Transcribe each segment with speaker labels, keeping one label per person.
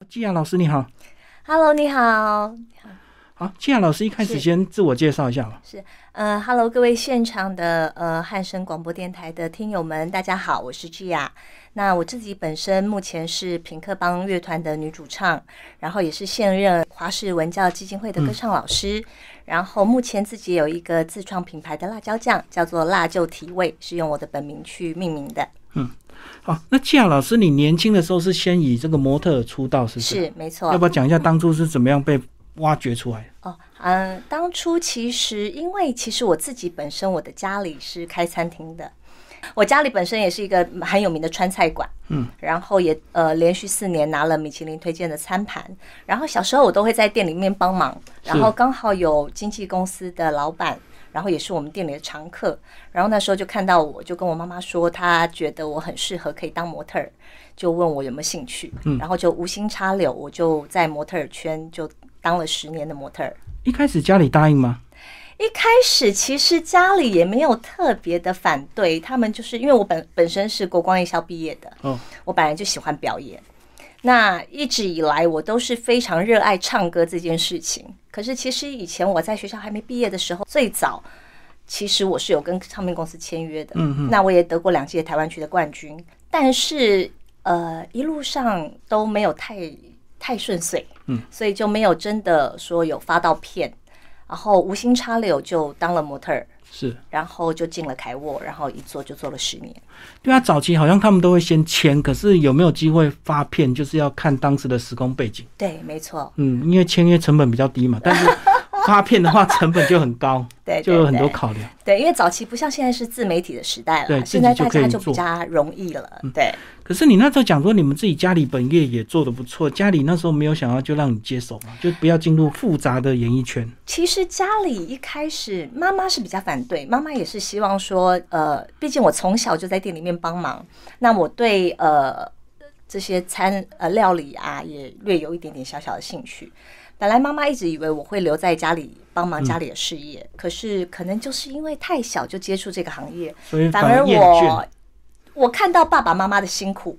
Speaker 1: 啊季亚老师你好，
Speaker 2: Hello，你好，
Speaker 1: 好，季亚老师一开始
Speaker 2: 是
Speaker 1: 先自我介绍一下吧。
Speaker 2: 呃，Hello，各位现场的呃汉声广播电台的听友们，大家好，我是 Gia。那我自己本身目前是品客帮乐团的女主唱，然后也是现任华氏文教基金会的歌唱老师，然后目前自己有一个自创品牌的辣椒酱，叫做辣就提味，是用我的本名去命名的，
Speaker 1: 好，那季亚老师，你年轻的时候是先以这个模特儿出道，是不是？
Speaker 2: 是没错
Speaker 1: 要。不要讲一下当初是怎么样被挖掘出来的？
Speaker 2: 哦，嗯、当初其实因为其实我自己本身我的家里是开餐厅的，我家里本身也是一个很有名的川菜馆，
Speaker 1: 嗯，
Speaker 2: 然后也呃连续四年拿了米其林推荐的餐盘，然后小时候我都会在店里面帮忙，然后刚好有经纪公司的老板。然后也是我们店里的常客，然后那时候就看到我，就跟我妈妈说，她觉得我很适合可以当模特儿，就问我有没有兴趣，然后就无心插柳，我就在模特儿圈就当了十年的模特儿。
Speaker 1: 一开始家里答应吗？
Speaker 2: 一开始其实家里也没有特别的反对，他们就是因为我本本身是国光艺校毕业的，
Speaker 1: 哦，
Speaker 2: 我本来就喜欢表演。那一直以来我都是非常热爱唱歌这件事情。可是其实以前我在学校还没毕业的时候，最早其实我是有跟唱片公司签约的，
Speaker 1: 嗯
Speaker 2: 那我也得过两届台湾区的冠军，但是呃一路上都没有太太顺遂，
Speaker 1: 嗯，
Speaker 2: 所以就没有真的说有发到片，然后无心插柳就当了模特儿，
Speaker 1: 是
Speaker 2: 然后就进了凯沃，然后一做就做了十年。
Speaker 1: 对啊，早期好像他们都会先签，可是有没有机会发片，就是要看当时的时空背景。
Speaker 2: 对，没错，
Speaker 1: 嗯，因为签约成本比较低嘛，但是发片 的话成本就很高，
Speaker 2: 对，
Speaker 1: 就
Speaker 2: 对
Speaker 1: 有很多
Speaker 2: 对
Speaker 1: 考量。
Speaker 2: 对，因为早期不像现在是自媒体的时代
Speaker 1: 对
Speaker 2: 了，现在
Speaker 1: 自己
Speaker 2: 大
Speaker 1: 就可以
Speaker 2: 家就
Speaker 1: 做嗯
Speaker 2: 比较容易了。对，
Speaker 1: 可是你那时候讲说你们自己家里本业也做得不错，家里那时候没有想要就让你接手嘛，就不要进入复杂的演艺圈。
Speaker 2: 其实家里一开始妈妈是比较反对，妈妈也是希望说，呃，毕竟我从小就在店里面帮忙，那我对呃这些餐呃料理啊也略有一点点小小的兴趣。本来妈妈一直以为我会留在家里帮忙家里的事业，可是可能就是因为太小就接触这个行业，
Speaker 1: 所以
Speaker 2: 反
Speaker 1: 而
Speaker 2: 而
Speaker 1: 厌倦嗯
Speaker 2: 我。我看到爸爸妈妈的辛苦，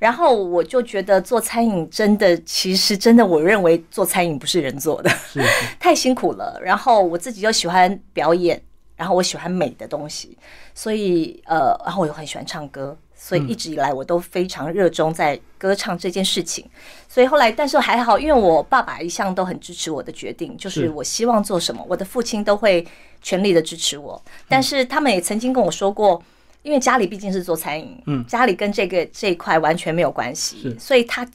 Speaker 2: 然后我就觉得做餐饮真的，其实真的，我认为做餐饮不是人做的，
Speaker 1: 是是
Speaker 2: 太辛苦了。然后我自己又喜欢表演，然后我喜欢美的东西，所以呃，然后我又很喜欢唱歌，所
Speaker 1: 嗯
Speaker 2: 以一直以来我都非常热衷在歌唱这件事情。所以后来，但是还好，因为我爸爸一向都很支持我的决定，就是
Speaker 1: 是
Speaker 2: 我希望做什么，我的父亲都会全力的支持我。
Speaker 1: 嗯
Speaker 2: 但是他们也曾经跟我说过。因为家里毕竟是做餐饮，
Speaker 1: 嗯
Speaker 2: 家里跟这个这一块完全没有关系
Speaker 1: 是，
Speaker 2: 所以他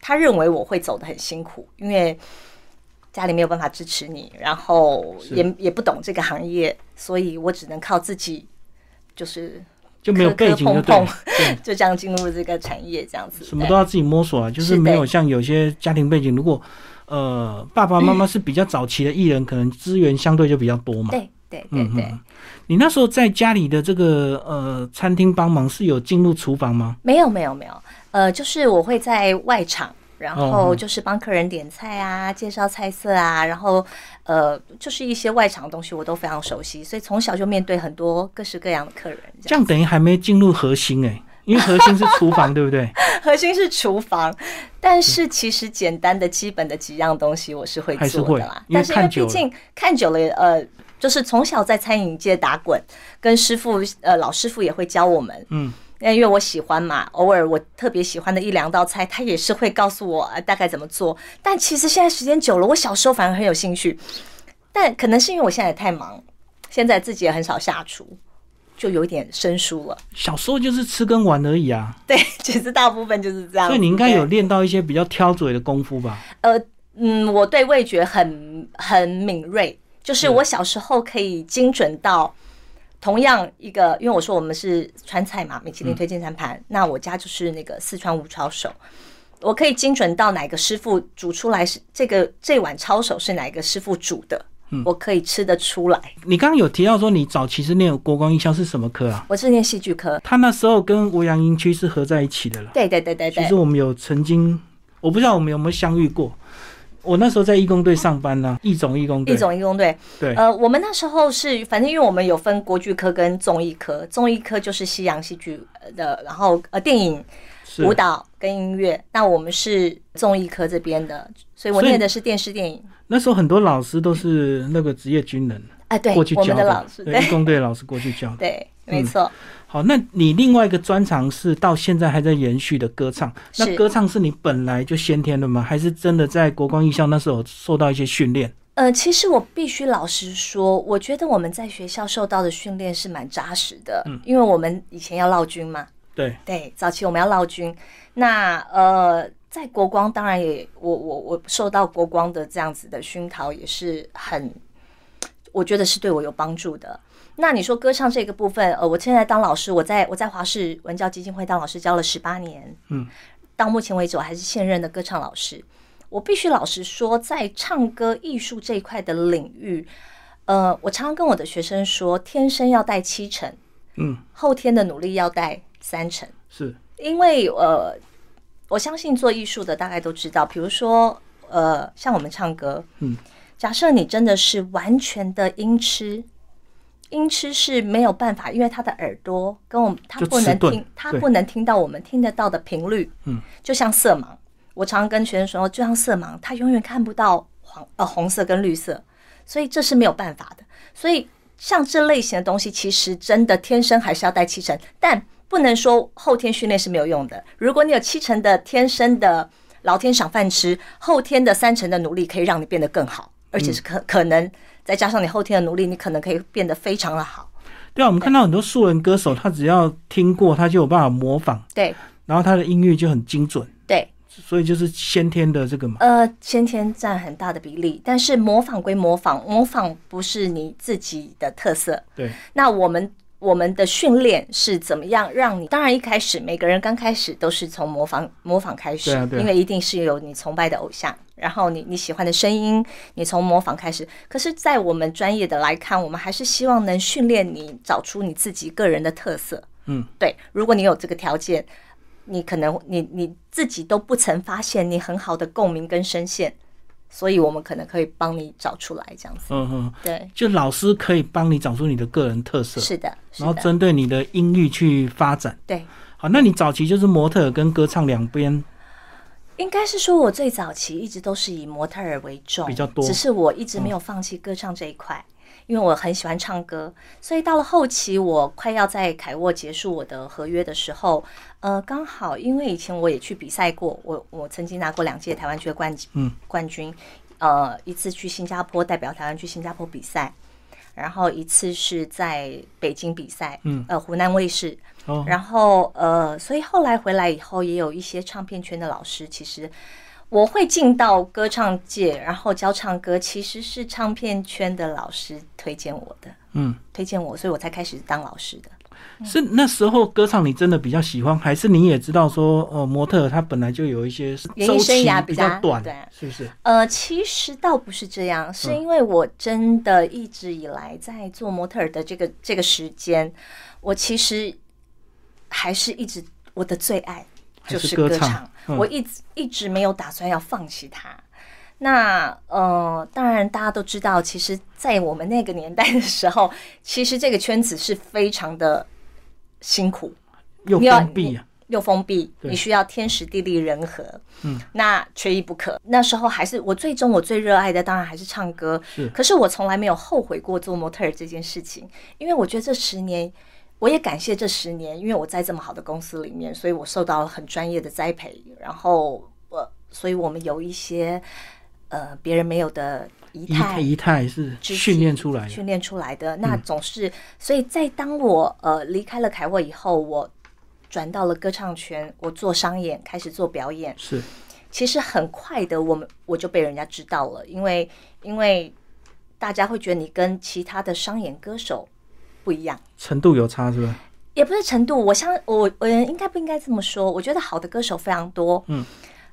Speaker 2: 他认为我会走得很辛苦，因为家里没有办法支持你，然后
Speaker 1: 是
Speaker 2: 也也不懂这个行业，所以我只能靠自己，就是
Speaker 1: 就没有
Speaker 2: 磕
Speaker 1: 背景就
Speaker 2: 磕碰
Speaker 1: 对了
Speaker 2: 碰，
Speaker 1: 对，
Speaker 2: 就这样进入这个产业，这样子。
Speaker 1: 什么
Speaker 2: 对
Speaker 1: 都要自己摸索 啊，就是
Speaker 2: 是的
Speaker 1: 没有像有些家庭背景，如果呃爸爸妈妈是比较早期的艺人，可能资源相对就比较多嘛。
Speaker 2: 对对对对，
Speaker 1: 嗯你那时候在家里的这个呃餐厅帮忙，是有进入厨房 吗？
Speaker 2: 没有没有没有，呃，就是我会在外场。然
Speaker 1: 哦
Speaker 2: 后就是帮客人点菜啊，介绍菜色啊，然后呃，就是一些外场的东西我都非常熟悉，所以从小就面对很多各式各样的客人。这样
Speaker 1: 这样等于还没进入核心哎、因为核心是厨 房，对不对？
Speaker 2: 核心是厨房，但是其实简单的、基本的几样东西我是会
Speaker 1: 嗯还是
Speaker 2: 做
Speaker 1: 会
Speaker 2: 的啦。
Speaker 1: 因为
Speaker 2: 但是因为
Speaker 1: 看久
Speaker 2: 毕竟看久了，呃，就是从小在餐饮界打滚，跟师傅呃老师傅也会教我们。
Speaker 1: 嗯，
Speaker 2: 那因为我喜欢嘛，偶尔我特别喜欢的一两道菜，他也是会告诉我、呃、大概怎么做。但其实现在时间久了，我小时候反而很有兴趣，但可能是因为我现在也太忙，现在自己也很少下厨，就有一点生疏了。
Speaker 1: 小时候就是吃跟玩而已啊，
Speaker 2: 对，其实大部分就是这样子。
Speaker 1: 所以你应该
Speaker 2: 对
Speaker 1: 有练到一些比较挑嘴的功夫吧？
Speaker 2: 呃，嗯，我对味觉很很敏锐，就是
Speaker 1: 嗯
Speaker 2: 我小时候可以精准到同样一个，因为我说我们是川菜嘛，米其
Speaker 1: 嗯
Speaker 2: 林推荐餐盘，那我家就是那个四川无抄手。我可以精准到哪个师傅煮出来是这个这碗抄手是哪个师傅煮的，
Speaker 1: 嗯
Speaker 2: 我可以吃得出来。
Speaker 1: 你刚刚有提到说你早期是念国光艺校是什么科啊？
Speaker 2: 我是念戏剧科，
Speaker 1: 他那时候跟维扬音区是合在一起的了。
Speaker 2: 对对对对
Speaker 1: 其
Speaker 2: 对
Speaker 1: 实，我们有曾经，我不知道我们有没有相遇过。我那时候在义工队上班呢、义总义工队，
Speaker 2: 一种义工队。
Speaker 1: 对，
Speaker 2: 呃，我们那时候是，反正因为我们有分国剧科跟综艺科，综艺科就是西洋戏剧呃的，然后呃电影，
Speaker 1: 是
Speaker 2: 舞蹈跟音乐。那我们是综艺科这边的，所以我
Speaker 1: 所以
Speaker 2: 念的是电视电影。
Speaker 1: 那时候很多老师都是那个职业军人
Speaker 2: 哎，对，
Speaker 1: 过去
Speaker 2: 我
Speaker 1: 教
Speaker 2: 们的老师，
Speaker 1: 对，
Speaker 2: 对
Speaker 1: 义工队老师过去教的。
Speaker 2: 对，没错，
Speaker 1: 好，那你另外一个专长是到现在还在延续的歌唱，那
Speaker 2: 是
Speaker 1: 歌唱是你本来就先天的吗？还是真的在国光艺校那时候有受到一些训练？
Speaker 2: 呃，其实我必须老实说，我觉得我们在学校受到的训练是蛮扎实的，
Speaker 1: 嗯
Speaker 2: 因为我们以前要烙军嘛，
Speaker 1: 对，
Speaker 2: 对，早期我们要烙军。那呃，在国光当然也，我我我受到国光的这样子的熏陶，也是很，我觉得是对我有帮助的。那你说歌唱这个部分，呃，我现在当老师，我在我在华视文教基金会当老师教了十八年，
Speaker 1: 嗯，
Speaker 2: 到目前为止我还是现任的歌唱老师。我必须老实说，在唱歌艺术这一块的领域，呃，我常常跟我的学生说，天生要带七成，
Speaker 1: 嗯，
Speaker 2: 后天的努力要带三成。
Speaker 1: 是
Speaker 2: 因为呃，我相信做艺术的大概都知道，比如说呃，像我们唱歌，
Speaker 1: 嗯，
Speaker 2: 假设你真的是完全的音痴，音痴是没有办法，因为他的耳朵跟我们他
Speaker 1: 就
Speaker 2: 不
Speaker 1: 迟
Speaker 2: 能
Speaker 1: 钝
Speaker 2: 听，他
Speaker 1: 对
Speaker 2: 不能听到我们听得到的频率，
Speaker 1: 嗯，
Speaker 2: 就像色盲，我常常跟学生说，就像色盲，他永远看不到黄呃红色跟绿色，所以这是没有办法的，所以。像这类型的东西，其实真的天生还是要带七成，但不能说后天训练是没有用的。如果你有七成的天生的老天赏饭吃，后天的三成的努力可以让你变得更好，而且是可可能再加上你后天的努力，你可能可以变得非常的好。
Speaker 1: 对啊，我们看到很多素人歌手，他只要听过，他就有办法模仿，
Speaker 2: 对
Speaker 1: 然后他的音域就很精准，
Speaker 2: 对，
Speaker 1: 所以就是先天的这个嘛。
Speaker 2: 呃，先天占很大的比例，但是模仿归模仿，模仿不是你自己的特色，
Speaker 1: 对，
Speaker 2: 那我们我们的训练是怎么样让你？当然一开始每个人刚开始都是从模仿模仿开始，
Speaker 1: 对啊对啊
Speaker 2: 因为一定是有你崇拜的偶像，然后你你喜欢的声音，你从模仿开始。可是，在我们专业的来看，我们还是希望能训练你找出你自己个人的特色。
Speaker 1: 嗯，
Speaker 2: 对，如果你有这个条件。你可能你你自己都不曾发现你很好的共鸣跟声线，所以我们可能可以帮你找出来这样子。
Speaker 1: 嗯嗯，
Speaker 2: 对，
Speaker 1: 就老师可以帮你找出你的个人特色，
Speaker 2: 是的，是
Speaker 1: 然后
Speaker 2: 的，
Speaker 1: 针对你的音域去发展。
Speaker 2: 对。
Speaker 1: 好，那你早期就是模特儿跟歌唱两边，
Speaker 2: 应该是说，我最早期一直都是以模特儿为重，
Speaker 1: 比较多嗯
Speaker 2: 只是我一直没有放弃歌唱这一块，因为我很喜欢唱歌，所以到了后期，我快要在凯沃结束我的合约的时候，呃，刚好因为以前我也去比赛过，我我曾经拿过两届台湾区冠
Speaker 1: 嗯
Speaker 2: 冠军，呃，一次去新加坡代表台湾去新加坡比赛，然后一次是在北京比赛，
Speaker 1: 嗯，
Speaker 2: 呃，湖南卫视，
Speaker 1: 哦，
Speaker 2: 然后呃，所以后来回来以后，也有一些唱片圈的老师，其实我会进到歌唱界，然后教唱歌，其实是唱片圈的老师推荐我的，
Speaker 1: 嗯，
Speaker 2: 推荐我，所以我才开始当老师的。
Speaker 1: 是那时候歌唱你真的比较喜欢，还是你也知道说，呃，模特儿他本来就有一些
Speaker 2: 演艺
Speaker 1: 周
Speaker 2: 生
Speaker 1: 期
Speaker 2: 涯比
Speaker 1: 比
Speaker 2: 较
Speaker 1: 较短，
Speaker 2: 对
Speaker 1: 是不是？
Speaker 2: 呃，其实倒不是这样，是
Speaker 1: 嗯
Speaker 2: 因为我真的一直以来在做模特儿的这个这个时间，我其实还是一直我的最爱
Speaker 1: 还
Speaker 2: 就是是
Speaker 1: 歌
Speaker 2: 歌
Speaker 1: 唱
Speaker 2: 唱，
Speaker 1: 嗯
Speaker 2: 我一直一直没有打算要放弃它。那呃，当然大家都知道，其实，在我们那个年代的时候，其实这个圈子是非常的辛苦，
Speaker 1: 又
Speaker 2: 你要
Speaker 1: 封闭啊，
Speaker 2: 又封闭，
Speaker 1: 对
Speaker 2: 你需要天时地利人和，
Speaker 1: 嗯，
Speaker 2: 那缺一不可。那时候还是我最终我最热爱的，当然还是唱歌。
Speaker 1: 是
Speaker 2: 可是我从来没有后悔过做模特儿这件事情，因为我觉得这十年，我也感谢这十年，因为我在这么好的公司里面，所以我受到了很专业的栽培，然后我，所以我们有一些呃别人没有的仪
Speaker 1: 仪
Speaker 2: 态
Speaker 1: 态。仪态是
Speaker 2: 肢体
Speaker 1: 训练出来嗯的，
Speaker 2: 训练出来的。那总是，所以在当我呃离开了凯沃以后，我转到了歌唱圈，我做商演，开始做表演。
Speaker 1: 是
Speaker 2: 其实很快的，我们我就被人家知道了，因为因为大家会觉得你跟其他的商演歌手不一样。
Speaker 1: 程度有差，是吧？
Speaker 2: 也不是程度，我相我我应该不应该这么说？我觉得好的歌手非常多，
Speaker 1: 嗯，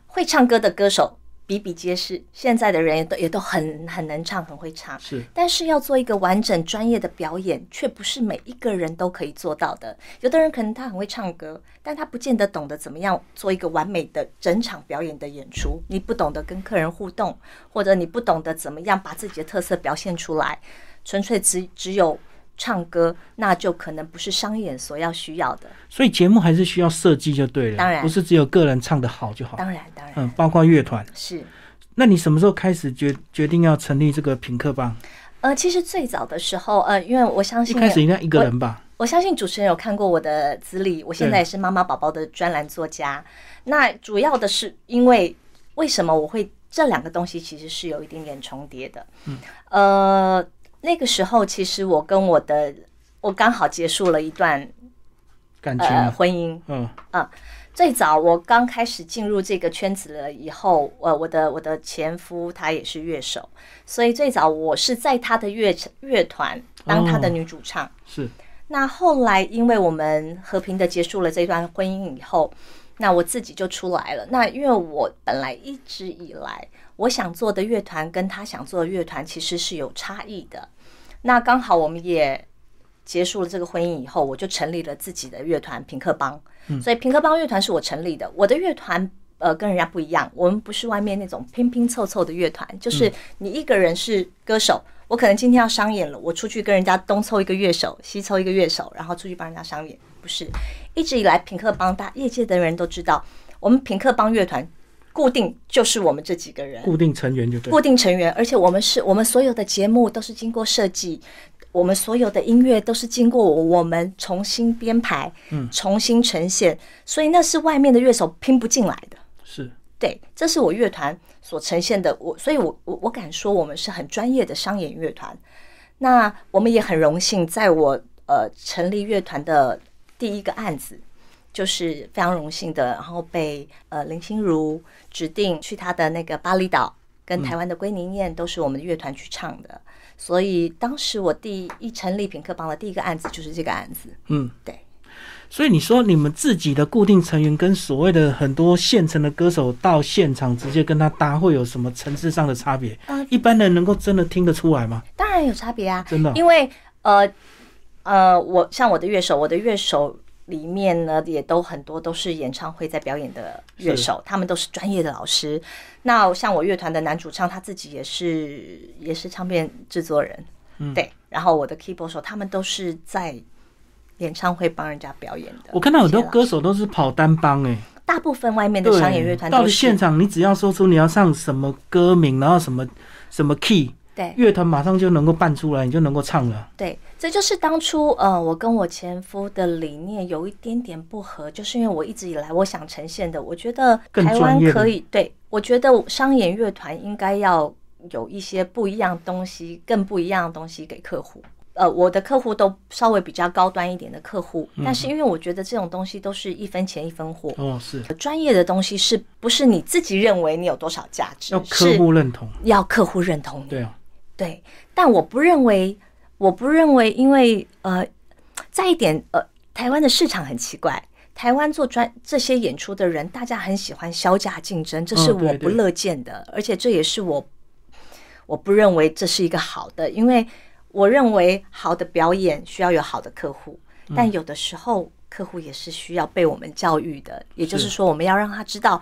Speaker 2: 会唱歌的歌手比比皆是，现在的人也都也都很很能唱，很会唱，
Speaker 1: 是
Speaker 2: 但是要做一个完整专业的表演，却不是每一个人都可以做到的。有的人可能他很会唱歌，但他不见得懂得怎么样做一个完美的整场表演的演出。你不懂得跟客人互动，或者你不懂得怎么样把自己的特色表现出来，纯粹只只有唱歌，那就可能不是商演所要需要的。
Speaker 1: 所以节目还是需要设计就对了，
Speaker 2: 当然
Speaker 1: 不是只有个人唱的好就好。
Speaker 2: 当然，当然
Speaker 1: 嗯，包括乐团。
Speaker 2: 是。
Speaker 1: 那你什么时候开始决决定要成立这个品客帮？
Speaker 2: 呃，其实最早的时候，呃，因为我相
Speaker 1: 一
Speaker 2: 信
Speaker 1: 开始应该一个人吧？
Speaker 2: 我相信主持人有看过我的资历，我现在也是妈妈宝宝的专栏作家。那主要的是因为为什么我会这两个东西其实是有一点点重叠的。嗯，呃，那个时候其实我跟我的我刚好结束了一段
Speaker 1: 感情
Speaker 2: 呃
Speaker 1: 啊，
Speaker 2: 婚姻。
Speaker 1: 嗯，
Speaker 2: 最早我刚开始进入这个圈子了以后，呃，我的我的前夫他也是乐手，所以最早我是在他的乐乐团当他的
Speaker 1: 哦
Speaker 2: 女主唱。
Speaker 1: 是
Speaker 2: 那后来，因为我们和平的结束了这段婚姻以后，那我自己就出来了。那因为我本来一直以来，我想做的乐团跟他想做的乐团其实是有差异的。那刚好我们也结束了这个婚姻以后，我就成立了自己的乐团平克帮。所以平克帮乐团是我成立的，我的乐团。呃，跟人家不一样，我们不是外面那种拼拼凑凑的乐团，就是你一个人是歌手，我可能今天要商演了，我出去跟人家东凑一个乐手，西凑一个乐手，然后出去帮人家商演，不是。一直以来，品客帮大业界的人都知道，我们品客帮乐团固定就是我们这几个人，
Speaker 1: 固定成员就对。
Speaker 2: 固定成员，而且我们是我们所有的节目都是经过设计，我们所有的音乐都是经过我我们重新编排，嗯，重新呈现，所以那是外面的乐手拼不进来的。
Speaker 1: 是
Speaker 2: 对，这是我乐团所呈现的，我所以我，我我敢说，我们是很专业的商演乐团。那我们也很荣幸，在我呃成立乐团的第一个案子，就是非常荣幸的，然后被呃林心如指定去她的那个巴厘岛跟台湾的归宁宴，都是我们的乐团去唱的。所以当时我第一成立品客帮的第一个案子就是这个案子，
Speaker 1: 嗯，
Speaker 2: 对。
Speaker 1: 所以你说你们自己的固定成员跟所谓的很多现成的歌手到现场直接跟他搭，会有什么层次上的差别？
Speaker 2: 嗯
Speaker 1: 一般人能够真的听得出来吗？
Speaker 2: 当然有差别啊，
Speaker 1: 真的哦
Speaker 2: 因为呃呃，我像我的乐手，我的乐手里面呢，也都很多都是演唱会在表演的乐手，他们都是专业的老师。那像我乐团的男主唱，他自己也是也是唱片制作人，
Speaker 1: 嗯
Speaker 2: 对。然后我的 keyboard 手，他们都是在演唱会帮人家表演的。
Speaker 1: 我看到很多
Speaker 2: 谢啦，
Speaker 1: 歌手都是跑单帮哎、
Speaker 2: 大部分外面的
Speaker 1: 对，
Speaker 2: 商业乐团
Speaker 1: 到
Speaker 2: 都
Speaker 1: 了
Speaker 2: 是
Speaker 1: 现场，你只要说出你要唱什么歌名，然后什么什么 key，
Speaker 2: 对
Speaker 1: 乐团马上就能够办出来，你就能够唱了。
Speaker 2: 对，这就是当初呃，我跟我前夫的理念有一点点不合，就是因为我一直以来我想呈现的，我觉得
Speaker 1: 更
Speaker 2: 台
Speaker 1: 专
Speaker 2: 湾
Speaker 1: 业的
Speaker 2: 可以，对我觉得商演乐团应该要有一些不一样东西，更不一样的东西给客户。呃，我的客户都稍微比较高端一点的客户，但
Speaker 1: 嗯
Speaker 2: 是因为我觉得这种东西都是一分钱一分货，呃
Speaker 1: 哦，是
Speaker 2: 专业的东西是不是你自己认为你有多少价值，
Speaker 1: 要客户认同，
Speaker 2: 是要客户认同你。
Speaker 1: 对啊，
Speaker 2: 对，但我不认为，我不认为，因为呃，再一点，呃，台湾的市场很奇怪，台湾做专这些演出的人，大家很喜欢销价竞争，这是
Speaker 1: 嗯对
Speaker 2: 我不
Speaker 1: 对
Speaker 2: 乐见的，而且这也是我我不认为这是一个好的，因为我认为好的表演需要有好的客户，
Speaker 1: 嗯
Speaker 2: 但有的时候客户也是需要被我们教育的，也就是
Speaker 1: 是
Speaker 2: 说，我们要让他知道。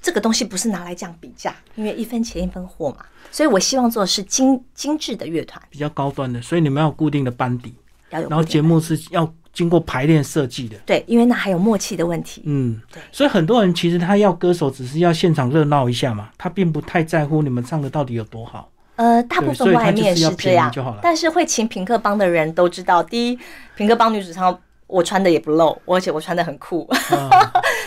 Speaker 2: 这个东西不是拿来这样比价，因为一分钱一分货嘛。所以我希望做的是精精致的乐团，
Speaker 1: 比较高端的，所以你们要有固定的班底，
Speaker 2: 要有
Speaker 1: 然后
Speaker 2: 固定
Speaker 1: 节目是要经过排练设计的。
Speaker 2: 对，因为那还有默契的问题。
Speaker 1: 嗯
Speaker 2: 对，
Speaker 1: 所以很多人其实他要歌手只是要现场热闹一下嘛，他并不太在乎你们唱的到底有多好。
Speaker 2: 呃，
Speaker 1: 嗯
Speaker 2: 大
Speaker 1: 对
Speaker 2: 部
Speaker 1: 所
Speaker 2: 分
Speaker 1: 以它
Speaker 2: 外
Speaker 1: 就是
Speaker 2: 面
Speaker 1: 要便
Speaker 2: 是这
Speaker 1: 宜
Speaker 2: 样
Speaker 1: 就好了，
Speaker 2: 但是会请品客帮的人都知道，第一，品客帮女主唱我穿的也不露，而且我穿的很酷。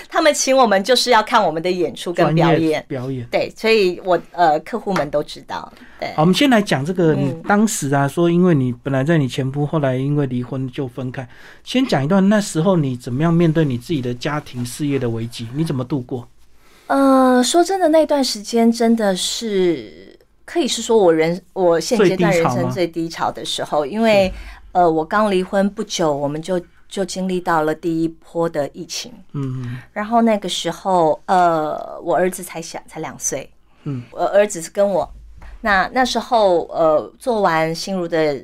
Speaker 2: 他们请我们就是要看我们的演出
Speaker 1: 嗯
Speaker 2: 跟
Speaker 1: 专
Speaker 2: 表
Speaker 1: 业
Speaker 2: 演，
Speaker 1: 表演。
Speaker 2: 对，所以我呃客户们都知道，对
Speaker 1: 好，我们先来讲这个，你
Speaker 2: 嗯
Speaker 1: 当时啊，说因为你本来在你前夫，后来因为离婚就分开。先讲一段那时候你怎么样面对你自己的家庭事业的危机，你怎么度过？
Speaker 2: 呃，说真的，那段时间真的是可以是说我人我现阶
Speaker 1: 最
Speaker 2: 段
Speaker 1: 低
Speaker 2: 人
Speaker 1: 潮
Speaker 2: 生
Speaker 1: 吗
Speaker 2: 最低潮的时候，因为呃，我刚离婚不久，我们就就经历到了第一波的疫情，
Speaker 1: 嗯，
Speaker 2: 然后那个时候呃，我儿子才小才两岁，
Speaker 1: 嗯，
Speaker 2: 我儿子是跟我那那时候呃，做完心如的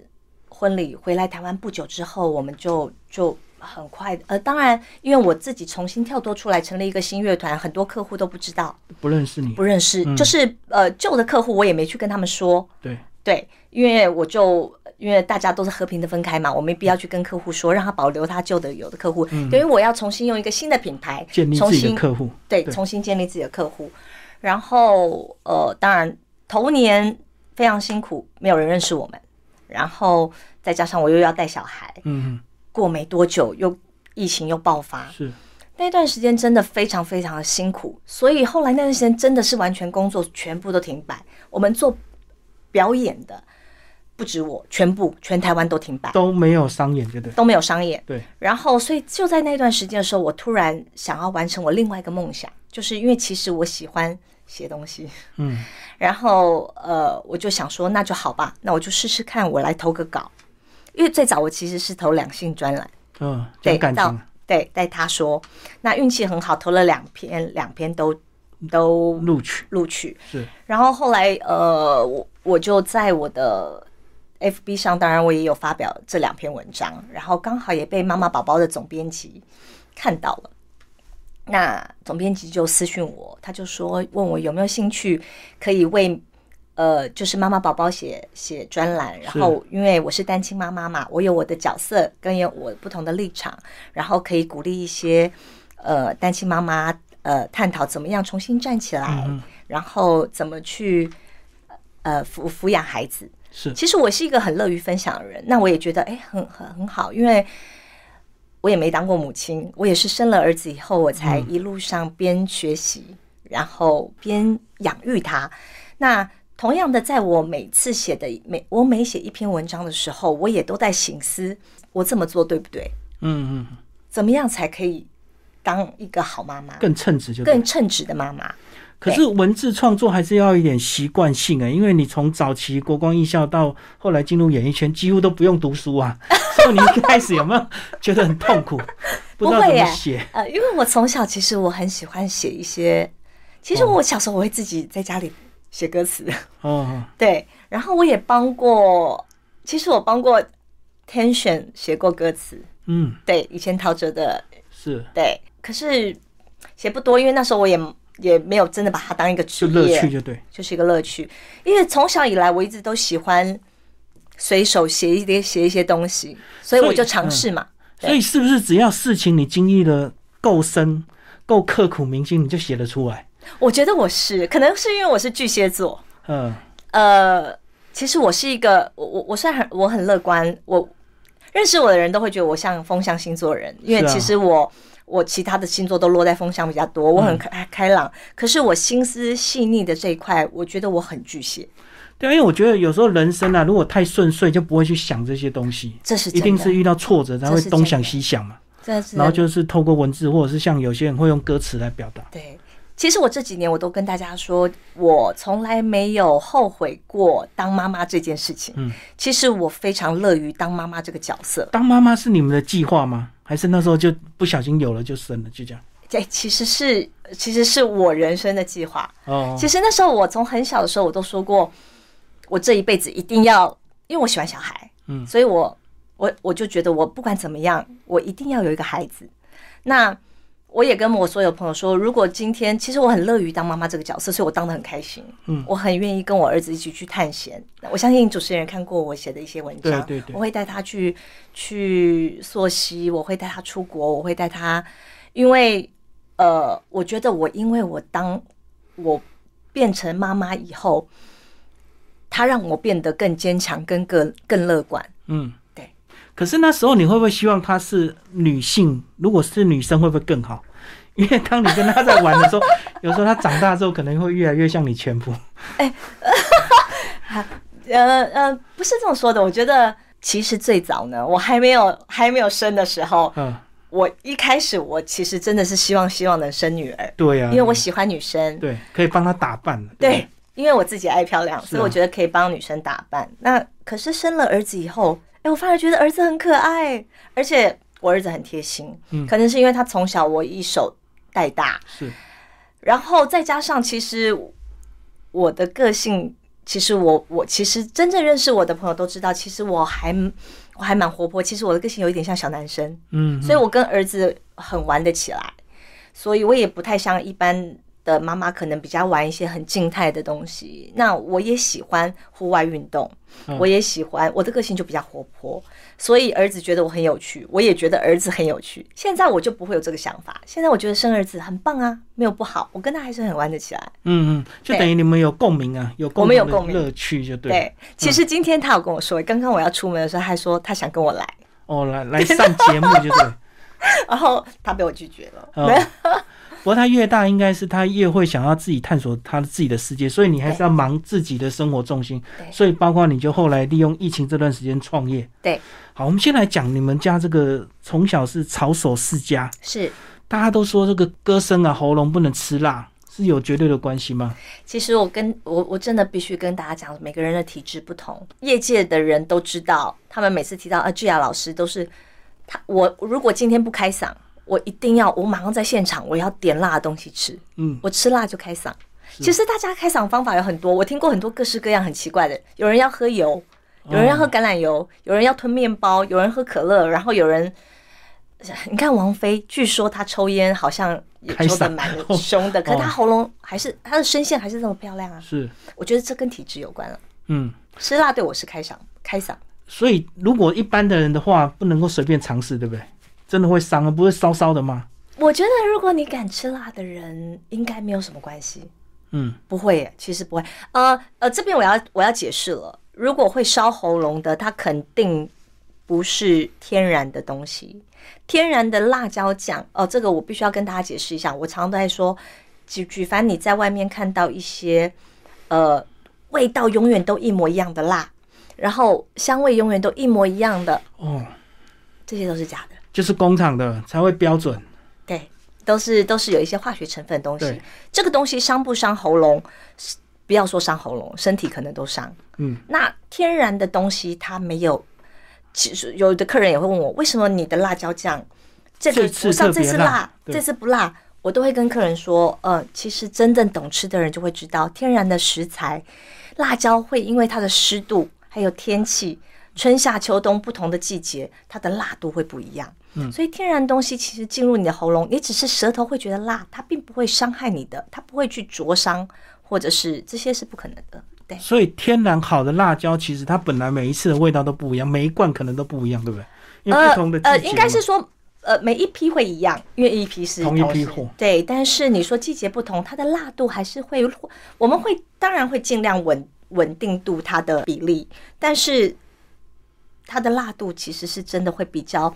Speaker 2: 婚礼回来台湾不久之后，我们就就很快呃，当然因为我自己重新跳脱出来，成立一个新乐团，很多客户都不知道。
Speaker 1: 不认识你
Speaker 2: 不，认识，就是呃旧的客户我也没去跟他们说，
Speaker 1: 对，
Speaker 2: 对，因为我就因为大家都是和平的分开嘛，我没必要去跟客户说让他保留他旧的有的客户，因为我要重新用一个新的品牌
Speaker 1: 嗯建立
Speaker 2: 重
Speaker 1: 自己的
Speaker 2: 新
Speaker 1: 客户，
Speaker 2: 对，
Speaker 1: 对
Speaker 2: 重新建立自己的客户。然后呃，当然头年非常辛苦，没有人认识我们，然后再加上我又要带小孩，
Speaker 1: 嗯，
Speaker 2: 过没多久又疫情又爆发，
Speaker 1: 是
Speaker 2: 那段时间真的非常非常的辛苦，所以后来那段时间真的是完全工作全部都停摆。我们做表演的不止我，全部全台湾都停摆，
Speaker 1: 都没有商演，对不对？
Speaker 2: 都没有商演。
Speaker 1: 对，
Speaker 2: 然后，所以就在那段时间的时候，我突然想要完成我另外一个梦想，就是因为其实我喜欢写东西，
Speaker 1: 嗯，
Speaker 2: 然后呃，我就想说那就好吧，那我就试试看，我来投个稿。因为最早我其实是投两性专栏。
Speaker 1: 嗯，
Speaker 2: 对
Speaker 1: 讲感情
Speaker 2: 到对，带他说，那运气很好，投了两篇，两篇都都
Speaker 1: 录取
Speaker 2: 录取。
Speaker 1: 是，
Speaker 2: 然后后来呃，我我就在我的 FB 上，当然我也有发表这两篇文章，然后刚好也被妈妈宝宝的总编辑看到了。那总编辑就私讯我，他就说问我有没有兴趣可以为呃，就是妈妈宝宝写写专栏，然
Speaker 1: 是
Speaker 2: 后因为我是单亲妈妈嘛，我有我的角色跟有我不同的立场，然后可以鼓励一些呃单亲妈妈呃探讨怎么样重新站起来，然后怎么去呃抚抚养孩子。
Speaker 1: 是，
Speaker 2: 其实我是一个很乐于分享的人，那我也觉得哎，很很很好，因为我也没当过母亲，我也是生了儿子以后，我才一路上边学习，然后边养育他。那同样的，在我每次写的每我每写一篇文章的时候，我也都在醒思，我这么做对不对？
Speaker 1: 嗯嗯，
Speaker 2: 怎么样才可以当一个好妈妈，
Speaker 1: 更称职就对。
Speaker 2: 更称职的妈妈？
Speaker 1: 可是文字创作还是要一点习惯性啊、因为你从早期国光艺校到后来进入演艺圈，几乎都不用读书啊， 所以你一开始有没有觉得很痛 苦，不知道
Speaker 2: 不
Speaker 1: 怎
Speaker 2: 会耶
Speaker 1: 么写？
Speaker 2: 呃，因为我从小其实我很喜欢写一些，其实我小时候我会自己在家里写歌词，
Speaker 1: 哦，
Speaker 2: 对，然后我也帮过，其实我帮过 Tension 写过歌词，
Speaker 1: 嗯，
Speaker 2: 对，以前陶喆的，
Speaker 1: 是，
Speaker 2: 对，可是写不多，因为那时候我也也没有真的把它当一个职
Speaker 1: 就
Speaker 2: 业，
Speaker 1: 乐趣就对，
Speaker 2: 就是一个乐趣。因为从小以来，我一直都喜欢随手写一点写一些东西，所
Speaker 1: 所
Speaker 2: 以
Speaker 1: 以嗯
Speaker 2: 我就尝试嘛。对
Speaker 1: 所以是不是只要事情你经历的够深、够刻苦铭心，你就写得出来？
Speaker 2: 我觉得我是，可能是因为我是巨蟹座，
Speaker 1: 嗯，
Speaker 2: 呃，其实我是一个，我我我算很我很乐观，我认识我的人都会觉得我像风象星座的人，因为
Speaker 1: 是啊
Speaker 2: 其实我、我其他的星座都落在风象比较多，我
Speaker 1: 嗯
Speaker 2: 很开开朗，可是我心思细腻的这一块，我觉得我很巨蟹，
Speaker 1: 对啊，因为我觉得有时候人生啊，如果太顺遂，就不会去想这些东西，
Speaker 2: 这是
Speaker 1: 一
Speaker 2: 真的，
Speaker 1: 定是遇到挫折才
Speaker 2: 这
Speaker 1: 会
Speaker 2: 是
Speaker 1: 东
Speaker 2: 真
Speaker 1: 想
Speaker 2: 的
Speaker 1: 西想嘛。
Speaker 2: 这是
Speaker 1: 然后就是透过文字，或者是像有些人会用歌词来表达。
Speaker 2: 对。其实我这几年我都跟大家说，我从来没有后悔过当妈妈这件事情。
Speaker 1: 嗯，
Speaker 2: 其实我非常乐于当妈妈这个角色。
Speaker 1: 当妈妈是你们的计划吗？还是那时候就不小心有了就生了，就这样？
Speaker 2: 这哎其实是其实是我人生的计划。
Speaker 1: 哦，
Speaker 2: 其实那时候我从很小的时候我都说过，我这一辈子一定要，因为我喜欢小孩，
Speaker 1: 嗯
Speaker 2: 所以我我我就觉得我不管怎么样，我一定要有一个孩子。那我也跟我所有朋友说，如果今天其实我很乐于当妈妈这个角色，所以我当的很开心，
Speaker 1: 嗯
Speaker 2: 我很愿意跟我儿子一起去探险。我相信主持人看过我写的一些文章，
Speaker 1: 对对对
Speaker 2: 我会带他去去溯溪，我会带他出国，我会带他，因为呃，我觉得我因为我当我变成妈妈以后，她让我变得更坚强，跟更更乐观。
Speaker 1: 嗯，
Speaker 2: 对。
Speaker 1: 可是那时候你会不会希望她是女性？如果是女生，会不会更好？因为当你跟她在玩的时候，有时候她长大之后可能会越来越像你前夫。
Speaker 2: 呃呃，不是这么说的，我觉得其实最早呢，我还没有还没有生的时候，
Speaker 1: 嗯，
Speaker 2: 我一开始我其实真的是希望希望能生女儿，
Speaker 1: 对呀、
Speaker 2: 因为我喜欢女生，
Speaker 1: 嗯对可以帮她打扮了。
Speaker 2: 对，因为我自己爱漂亮，
Speaker 1: 是啊
Speaker 2: 所以我觉得可以帮女生打扮。那可是生了儿子以后，哎，我反而觉得儿子很可爱，而且我儿子很贴心，
Speaker 1: 嗯
Speaker 2: 可能是因为他从小我一手带大，
Speaker 1: 是
Speaker 2: 然后再加上，其实我的个性，其实我我其实真正认识我的朋友都知道，其实我还我还蛮活泼，其实我的个性有一点像小男生，
Speaker 1: 嗯，
Speaker 2: 所以我跟儿子很玩得起来，所以我也不太像一般的妈妈可能比较玩一些很静态的东西，那我也喜欢户外运动，
Speaker 1: 嗯
Speaker 2: 我也喜欢，我的个性就比较活泼，所以儿子觉得我很有趣，我也觉得儿子很有趣。现在我就不会有这个想法，现在我觉得生儿子很棒啊，没有不好，我跟他还是很玩得起来。
Speaker 1: 嗯嗯，就
Speaker 2: 对
Speaker 1: 等于你们有共鸣啊，有共
Speaker 2: 我们有
Speaker 1: 同
Speaker 2: 共
Speaker 1: 的
Speaker 2: 鸣
Speaker 1: 乐趣就对嗯了。
Speaker 2: 对，其实今天他有跟我说，刚刚我要出门的时候，他还说他想跟我来，
Speaker 1: 哦，来来上节目就对了。
Speaker 2: 然后他被我拒绝了。
Speaker 1: 哦，不过他越大，应该是他越会想要自己探索他自己的世界，所以你还是要忙自己的生活重心。
Speaker 2: 对
Speaker 1: 所以包括你就后来利用疫情这段时间创业。
Speaker 2: 对，
Speaker 1: 好，我们先来讲你们家这个从小是炒手世家，
Speaker 2: 是，
Speaker 1: 大家都说这个歌声啊，喉咙不能吃辣，是有绝对的关系吗？
Speaker 2: 其实我跟我我真的必须跟大家讲，每个人的体质不同，业界的人都知道，他们每次提到啊，智雅老师都是他，我如果今天不开嗓，我一定要我马上在现场，我要点辣的东西吃，
Speaker 1: 嗯，
Speaker 2: 我吃辣就开嗓。其实大家开嗓方法有很多，我听过很多各式各样很奇怪的，有人要喝油，有人要喝橄榄油，有人要吞面包，有人喝可乐，然后有人。你看王菲，据说她抽烟好像也
Speaker 1: 开
Speaker 2: 抽
Speaker 1: 嗓
Speaker 2: 的蛮凶的，可是
Speaker 1: 哦
Speaker 2: 她喉咙还是她的声线还是这么漂亮啊。
Speaker 1: 是，
Speaker 2: 我觉得这跟体质有关了。
Speaker 1: 嗯。
Speaker 2: 吃辣对我是开嗓，开嗓
Speaker 1: 所以如果一般的人的话，不能够随便尝试，对不对？真的会伤啊，不会烧烧的吗？
Speaker 2: 我觉得如果你敢吃辣的人，应该没有什么关系，
Speaker 1: 嗯，
Speaker 2: 不会耶，其实不会。呃呃，这边我要我要解释了，如果会烧喉咙的，它肯定不是天然的东西。天然的辣椒酱，哦、这个我必须要跟大家解释一下。我常常都在说，举举凡你在外面看到一些，呃，味道永远都一模一样的辣，然后香味永远都一模一样的，
Speaker 1: 哦，
Speaker 2: 这些都是假的，
Speaker 1: 就是工厂的才会标准。
Speaker 2: 对，都是都是有一些化学成分的东西
Speaker 1: 对。
Speaker 2: 这个东西伤不伤喉咙，是不要说伤喉咙，身体可能都伤。
Speaker 1: 嗯，
Speaker 2: 那天然的东西它没有，其实有的客人也会问我，为什么你的辣椒酱这个
Speaker 1: 这次
Speaker 2: 不上
Speaker 1: 特
Speaker 2: 这
Speaker 1: 别
Speaker 2: 次
Speaker 1: 辣
Speaker 2: 辣，
Speaker 1: 对
Speaker 2: 这次不辣？我都会跟客人说，呃，其实真正懂吃的人就会知道，天然的食材，辣椒会因为它的湿度还有天气，春夏秋冬不同的季节，它的辣度会不一样。嗯，所以天然东西其实进入你的喉咙，你只是舌头会觉得辣，它并不会伤害你的，它不会去灼伤，或者是这些是不可能的。对，
Speaker 1: 所以天然好的辣椒，其实它本来每一次的味道都不一样，每一罐可能都不一样，对不对？因为不同的季节嘛、
Speaker 2: 呃，应该是说。呃，每一批会一样，因为一批是
Speaker 1: 同一批
Speaker 2: 时
Speaker 1: 货
Speaker 2: 对，但是你说季节不同，它的辣度还是会，我们会当然会尽量稳稳定度它的比例，但是它的辣度其实是真的会比较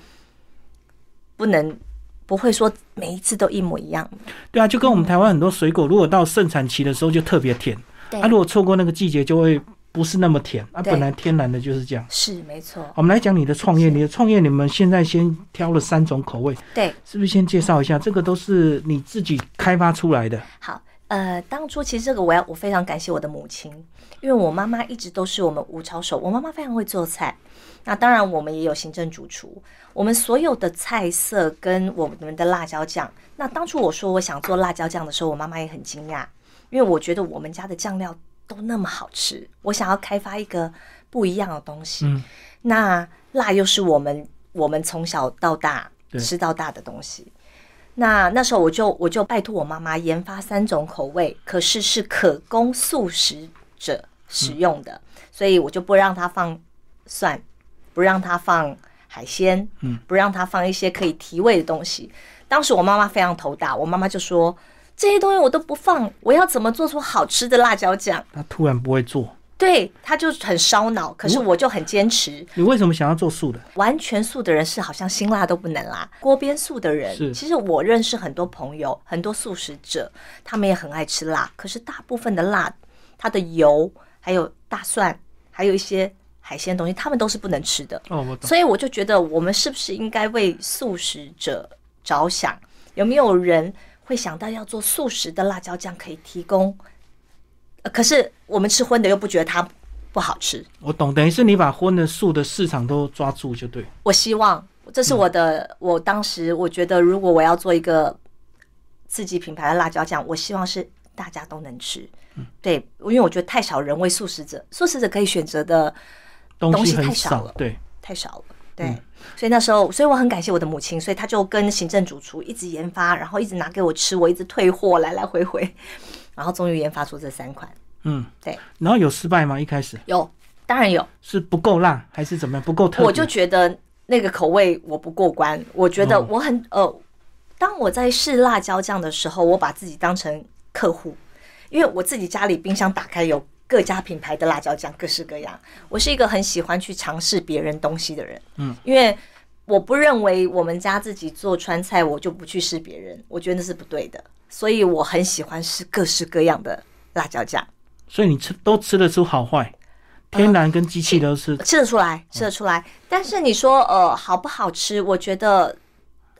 Speaker 2: 不能不会说每一次都一模一样。
Speaker 1: 对啊，就跟我们台湾很多水果，如果到盛产期的时候就特别甜，
Speaker 2: 对
Speaker 1: 啊，如果错过那个季节就会不是那么甜，啊，
Speaker 2: 对
Speaker 1: 本来天然的就是这样。
Speaker 2: 是没错，
Speaker 1: 我们来讲你的创业，你的创业，你们现在先挑了三种口味，
Speaker 2: 对。
Speaker 1: 是不是先介绍一下？这个都是你自己开发出来的，
Speaker 2: 好，呃，当初其实这个我要我非常感谢我的母亲，因为我妈妈一直都是我们五炒手，我妈妈非常会做菜。那当然，我们也有行政主厨，我们所有的菜色跟我们的辣椒酱。那当初我说我想做辣椒酱的时候，我妈妈也很惊讶，因为我觉得我们家的酱料都那么好吃，我想要开发一个不一样的东西。
Speaker 1: 嗯
Speaker 2: 那辣又是我们我们从小到大
Speaker 1: 对
Speaker 2: 吃到大的东西。那那时候我就我就拜托我妈妈研发三种口味，可是是可供素食者使用的，所以我就不让她放蒜，不让她放海鲜，
Speaker 1: 嗯，
Speaker 2: 不让她放一些可以提味的东西。当时我妈妈非常头大，我妈妈就说这些东西我都不放，我要怎么做出好吃的辣椒酱？
Speaker 1: 他突然不会做，
Speaker 2: 对，她就很烧脑，可是我就很坚持。
Speaker 1: 你为什么想要做素的？
Speaker 2: 完全素的人是好像辛辣都不能啦，锅边素的人
Speaker 1: 是，
Speaker 2: 其实我认识很多朋友，很多素食者，他们也很爱吃辣，可是大部分的辣，它的油，还有大蒜，还有一些海鲜东西，他们都是不能吃的。
Speaker 1: 哦，我懂。
Speaker 2: 所以我就觉得，我们是不是应该为素食者着想？有没有人会想到要做素食的辣椒酱可以提供？呃可是我们吃荤的又不觉得它不好吃，
Speaker 1: 我懂，等于是你把荤的、素的市场都抓住就对。
Speaker 2: 我希望，这是我的，我当时我觉得，如果我要做一个自己品牌的辣椒酱，我希望是大家都能吃。对，因为我觉得太少人为素食者，素食者可以选择的
Speaker 1: 东
Speaker 2: 东西
Speaker 1: 很
Speaker 2: 太少
Speaker 1: 少，
Speaker 2: 了
Speaker 1: 对，
Speaker 2: 太少了。对，所以那时候，所以我很感谢我的母亲，所以她就跟行政主厨一直研发，然后一直拿给我吃，我一直退货，来来回回，然后终于研发出这三款。
Speaker 1: 嗯，
Speaker 2: 对，
Speaker 1: 然后有失败吗？一开始
Speaker 2: 有，当然有，
Speaker 1: 是不够辣还是怎么样？不够特别？
Speaker 2: 我就觉得那个口味我不过关，我觉
Speaker 1: 嗯
Speaker 2: 得我很、呃，当我在试辣椒酱的时候，我把自己当成客户，因为我自己家里冰箱打开有各家品牌的辣椒酱，各式各样。我是一个很喜欢去尝试别人东西的人，嗯，因为我不认为我们家自己做川菜，我就不去试别人，我觉得那是不对的，所以我很喜欢试各式各样的辣椒酱。
Speaker 1: 所以你吃都吃得出好坏，天然跟机器都是、
Speaker 2: 吃得
Speaker 1: 嗯
Speaker 2: 出来，吃得出来。但是你说呃好不好吃，我觉得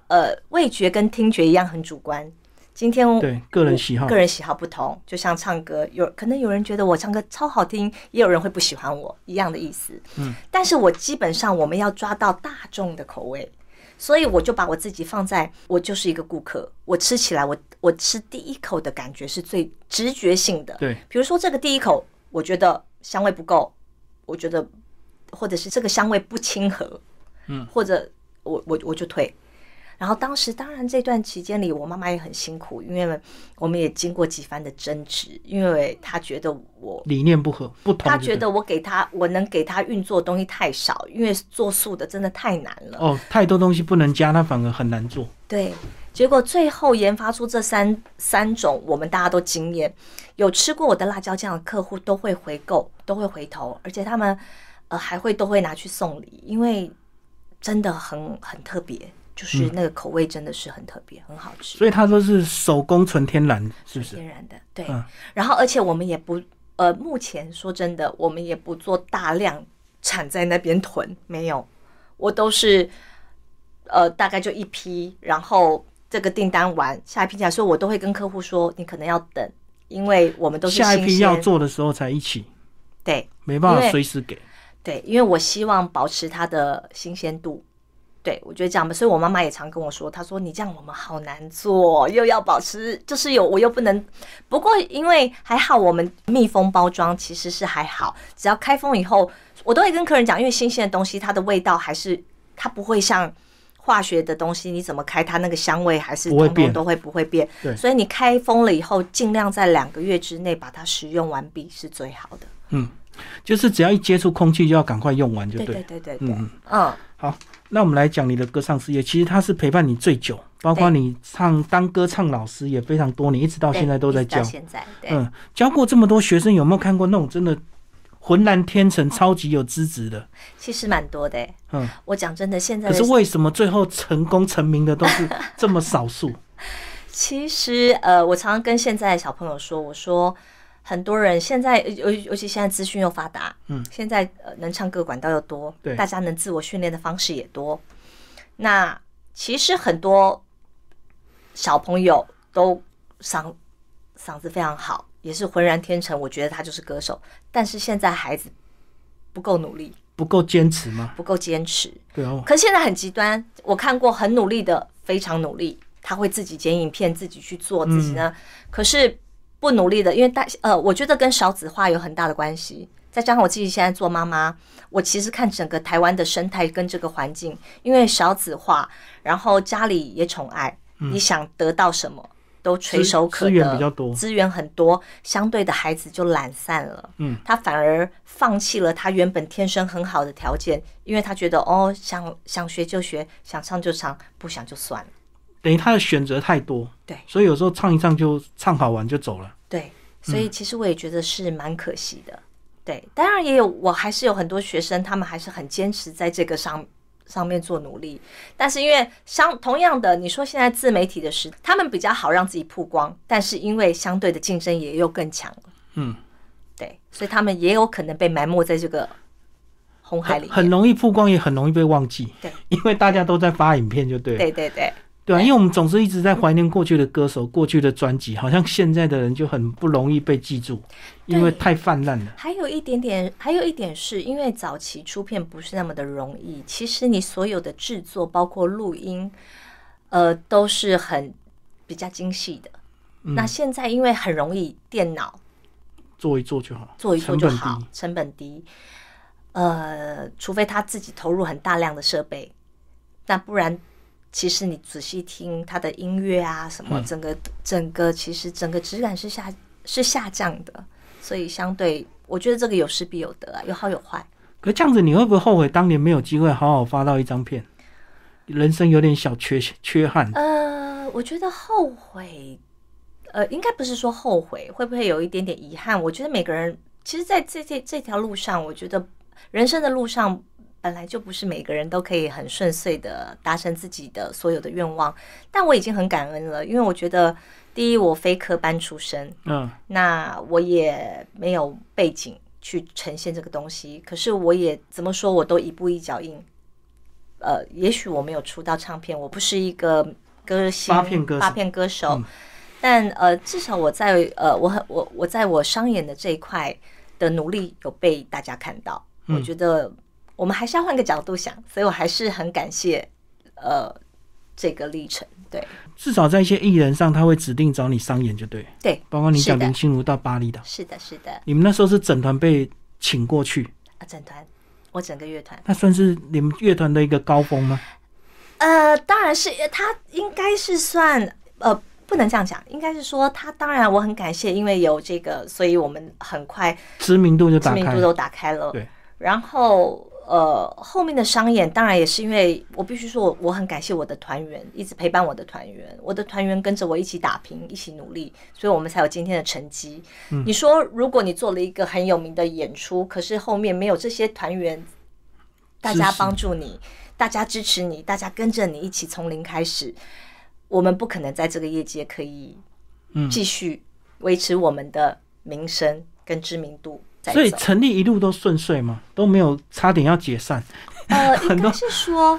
Speaker 2: 呃味觉跟听觉一样很主观。今天呃我
Speaker 1: 对个人喜好
Speaker 2: 个人喜好不同，就像唱歌，有可能有人觉得我唱歌超好听，也有人会不喜欢我，一样的意思。嗯，但是我基本上我们要抓到大众的口味，所以我就把我自己放在我就是一个顾客，我吃起来我我吃第一口的感觉是最直觉性的，
Speaker 1: 对
Speaker 2: 比如说这个第一口，我觉得香味不够，我觉得或者是这个香味不亲和，嗯，或者我我我就退。然后当时当然这段期间里，我妈妈也很辛苦，因为我们也经过几番的争执，因为她觉得我。
Speaker 1: 理念不合不同。
Speaker 2: 她觉得我给她，我能给她运作的东西太少，因为做素的真的太难了。
Speaker 1: 哦，太多东西不能加，那反而很难做。
Speaker 2: 对，结果最后研发出这三三种，我们大家都惊艳。有吃过我的辣椒酱的客户都会回购，都会回头，而且他们呃还会都会拿去送礼，因为真的很很特别，就是那个口味真的是很特别，很好吃，
Speaker 1: 所以它都是手工纯天然，是不是？
Speaker 2: 天然的。对，
Speaker 1: 嗯
Speaker 2: 然后而且我们也不呃，目前说真的，我们也不做大量产在那边囤，没有，我都是呃，大概就一批，然后这个订单完，下一批来，所以我都会跟客户说，你可能要等，因为我们都是
Speaker 1: 下一批
Speaker 2: 新鲜
Speaker 1: 要做的时候才一起，
Speaker 2: 对
Speaker 1: 没办
Speaker 2: 因
Speaker 1: 法
Speaker 2: 为
Speaker 1: 随时给。
Speaker 2: 对，因为我希望保持它的新鲜度。对，我觉得这样吧，所以我妈妈也常跟我说，她说你这样我们好难做，又要保持，就是有我又不能。不过因为还好，我们密封包装其实是还好，只要开封以后，我都会跟客人讲，因为新鲜的东西它的味道还是它不会像化学的东西，你怎么开它那个香味还是
Speaker 1: 不会
Speaker 2: 通
Speaker 1: 变
Speaker 2: 通都会不会变。
Speaker 1: 对
Speaker 2: 所以你开封了以后，尽量在两个月之内把它使用完毕是最好的。
Speaker 1: 就是只要一接触空气，就要赶快用完就
Speaker 2: 对
Speaker 1: 对
Speaker 2: 对
Speaker 1: 了。
Speaker 2: 对对对，
Speaker 1: 嗯，
Speaker 2: 嗯
Speaker 1: 好，那我们来讲你的歌唱事业，其实它是陪伴你最久，包括你唱当歌唱老师也非常多年，一直到哦
Speaker 2: 对
Speaker 1: 现在都在
Speaker 2: 一直到
Speaker 1: 教。
Speaker 2: 现在对，
Speaker 1: 嗯，教过这么多学生，有没有看过那种真的浑然天成、超级有资质的？
Speaker 2: 其实蛮多的欸。
Speaker 1: 嗯，
Speaker 2: 我讲真的，现在
Speaker 1: 可
Speaker 2: 的
Speaker 1: 是为什么最后成功成名的都是这么少 数？
Speaker 2: 其实呃，我常常跟现在的小朋友说，我说很多人现在呃尤尤其现在资讯又发达，
Speaker 1: 嗯，
Speaker 2: 现在呃能唱歌管道又多，
Speaker 1: 对
Speaker 2: 大家能自我训练的方式也多。那其实很多小朋友都嗓嗓子非常好，也是浑然天成，我觉得他就是歌手。但是现在孩子不够努力，
Speaker 1: 不够坚持吗？
Speaker 2: 不够坚持，
Speaker 1: 对哦，
Speaker 2: 可是现在很极端，我看过很努力的，非常努力，他会自己剪影片，自己去做自己呢。可是不努力的，因为大呃，我觉得跟少子化有很大的关系。再加上我自己现在做妈妈，我其实看整个台湾的生态跟这个环境，因为少子化，然后家里也宠爱，你想得到什么都垂手
Speaker 1: 嗯资
Speaker 2: 可得，
Speaker 1: 资源比较多
Speaker 2: 资源很多，相对的孩子就懒散了。
Speaker 1: 嗯，
Speaker 2: 他反而放弃了他原本天生很好的条件，因为他觉得哦，想想学就学，想唱就唱，不想就算了。
Speaker 1: 等于他的选择太多，
Speaker 2: 对
Speaker 1: 所以有时候唱一唱就唱好玩就走了。
Speaker 2: 对，
Speaker 1: 嗯
Speaker 2: 所以其实我也觉得是蛮可惜的。对，当然也有，我还是有很多学生，他们还是很坚持在这个上上面做努力。但是因为相同样的，你说现在自媒体的时，他们比较好让自己曝光，但是因为相对的竞争也又更强了。
Speaker 1: 嗯，
Speaker 2: 对，所以他们也有可能被埋没在这个红海里
Speaker 1: 很很
Speaker 2: 面。
Speaker 1: 容易曝光，也很容易被忘记。
Speaker 2: 对，
Speaker 1: 因为大家都在发影片，就对了。
Speaker 2: 对对对。
Speaker 1: 对啊，因为我们总是一直在怀念过去的歌手、过去的专辑，好像现在的人就很不容易被记住，因为太泛滥了。
Speaker 2: 还有一点点，还有一点是因为早期出片不是那么的容易，其实你所有的制作，包括录音，呃，都是很比较精细的。那现在因为很容易，电脑
Speaker 1: 做一做就好，
Speaker 2: 做一做
Speaker 1: 成
Speaker 2: 就
Speaker 1: 本
Speaker 2: 好
Speaker 1: 低。，
Speaker 2: 成本低。呃，除非他自己投入很大量的设备，但不然，其实你仔细听他的音乐啊，什
Speaker 1: 嗯
Speaker 2: 么，整个整个其实整个质感是下是下降的，所以相对我觉得这个有失必有得啊，有好有坏。
Speaker 1: 可这样子，你会不会后悔当年没有机会好好发到一张片？人生有点小缺缺憾。
Speaker 2: 呃，我觉得后悔，呃，应该不是说后悔，会不会有一点点遗憾？我觉得每个人，其实在这这这条路上，我觉得人生的路上本来就不是每个人都可以很顺遂的达成自己的所有的愿望，但我已经很感恩了，因为我觉得第一，我非科班出身，
Speaker 1: 嗯，
Speaker 2: 那我也没有背景去呈现这个东西，可是我也怎么说，我都一步一脚印。呃，也许我没有出道唱片，我不是一个歌星、
Speaker 1: 发片歌手
Speaker 2: 发片歌手
Speaker 1: 嗯
Speaker 2: 但呃，至少我在呃，我很我我在我商演的这一块的努力有被大家看到，
Speaker 1: 嗯
Speaker 2: 我觉得我们还是要换个角度想，所以我还是很感谢呃这个历程，对。
Speaker 1: 至少在一些艺人上，他会指定找你商演，就对。
Speaker 2: 对，
Speaker 1: 包括你讲
Speaker 2: 是的
Speaker 1: 林心如到巴厘岛，
Speaker 2: 是的，是的，
Speaker 1: 你们那时候是整团被请过去，
Speaker 2: 啊，整团，我整个乐团，
Speaker 1: 那算是你们乐团的一个高峰吗？
Speaker 2: 呃，当然是呃他应该是算呃，不能这样讲，应该是说他当然我很感谢，因为有这个，所以我们很快
Speaker 1: 知名度就
Speaker 2: 知
Speaker 1: 打
Speaker 2: 名
Speaker 1: 开
Speaker 2: 度。都打开了。
Speaker 1: 对，
Speaker 2: 然后呃，后面的商演当然也是因为我必须说我，我很感谢我的团员，一直陪伴我的团员，我的团员跟着我一起打拼，一起努力，所以我们才有今天的成绩。
Speaker 1: 嗯
Speaker 2: 你说，如果你做了一个很有名的演出，可是后面没有这些团员，大家
Speaker 1: 支持
Speaker 2: 帮助你，大家支持你，大家跟着你一起从零开始，我们不可能在这个业界可以
Speaker 1: 嗯
Speaker 2: 继续维持我们的名声跟知名度在走。
Speaker 1: 所以成立一路都顺遂嘛，都没有差点要解散。
Speaker 2: 呃，
Speaker 1: 很
Speaker 2: 应
Speaker 1: 多
Speaker 2: 该是说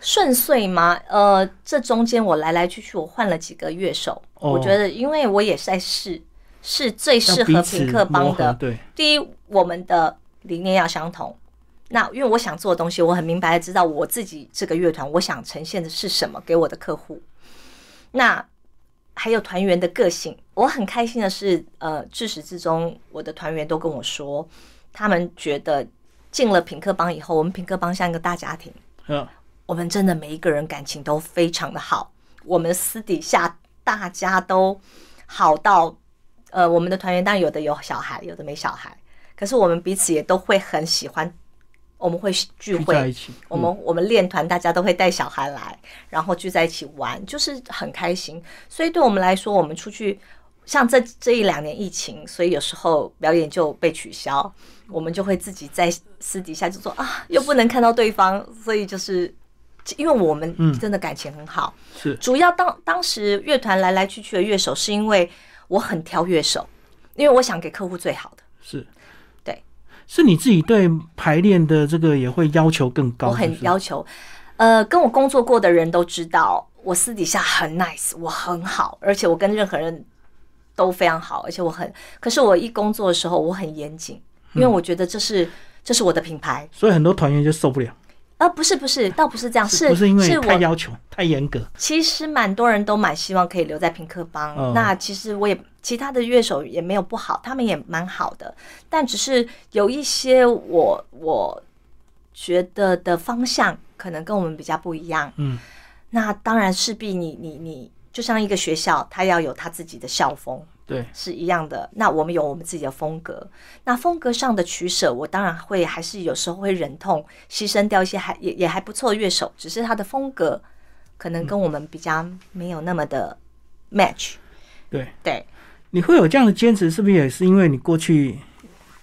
Speaker 2: 顺遂吗？呃，这中间我来来去去，我换了几个乐手。
Speaker 1: 哦
Speaker 2: 我觉得，因为我也在试，是最
Speaker 1: 要
Speaker 2: 适
Speaker 1: 彼
Speaker 2: 合
Speaker 1: 此
Speaker 2: 平克
Speaker 1: 磨
Speaker 2: 帮
Speaker 1: 合
Speaker 2: 的。
Speaker 1: 对，
Speaker 2: 第一，我们的理念要相同。那因为我想做的东西，我很明白的知道我自己这个乐团我想呈现的是什么给我的客户。那还有团员的个性，我很开心的是，呃，至始至终我的团员都跟我说，他们觉得进了品客帮以后，我们品客帮像一个大家庭，
Speaker 1: 呃，
Speaker 2: 我们真的每一个人感情都非常的好，我们私底下大家都好到，呃，我们的团员当然有的有小孩，有的没小孩，可是我们彼此也都会很喜欢，我们会聚
Speaker 1: 聚
Speaker 2: 会，
Speaker 1: 在一起。
Speaker 2: 我们我们练团，大家都会带小孩来，然后聚在一起玩，就是很开心。所以对我们来说，我们出去，像这这一两年疫情，所以有时候表演就被取消，我们就会自己在私底下就说啊，又不能看到对方，所以就是因为我们
Speaker 1: 嗯
Speaker 2: 真的感情很好。
Speaker 1: 是
Speaker 2: 主要当当时乐团来来去去的乐手，是因为我很挑乐手，因为我想给客户最好的。
Speaker 1: 是，
Speaker 2: 对，
Speaker 1: 是你自己对排练的这个也会要求更高，
Speaker 2: 我
Speaker 1: 是不
Speaker 2: 很
Speaker 1: 是
Speaker 2: 要求，呃，跟我工作过的人都知道，我私底下很 nice，我很好，而且我跟任何人都非常好，而且我很，可是我一工作的时候我很严谨，因为
Speaker 1: 嗯
Speaker 2: 我觉得这是、这是我的品牌，
Speaker 1: 所以很多团员就受不了，
Speaker 2: 呃，不是不是，倒不是这样，哦是
Speaker 1: 不是因为你太
Speaker 2: 我
Speaker 1: 要求太严格，
Speaker 2: 其实蛮多人都蛮希望可以留在平克帮。
Speaker 1: 嗯
Speaker 2: 那其实我也其他的乐手也没有不好，他们也蛮好的，但只是有一些我我觉得的方向可能跟我们比较不一样。
Speaker 1: 嗯，
Speaker 2: 那当然势必你你你就像一个学校，它要有它自己的校风。
Speaker 1: 对，
Speaker 2: 是一样的。那我们有我们自己的风格，那风格上的取舍，我当然会还是有时候会忍痛牺牲掉一些还也也还不错的乐手，只是他的风格可能跟我们比较没有那么的 match、
Speaker 1: 对
Speaker 2: 对，
Speaker 1: 你会有这样的坚持，是不是也是因为你过去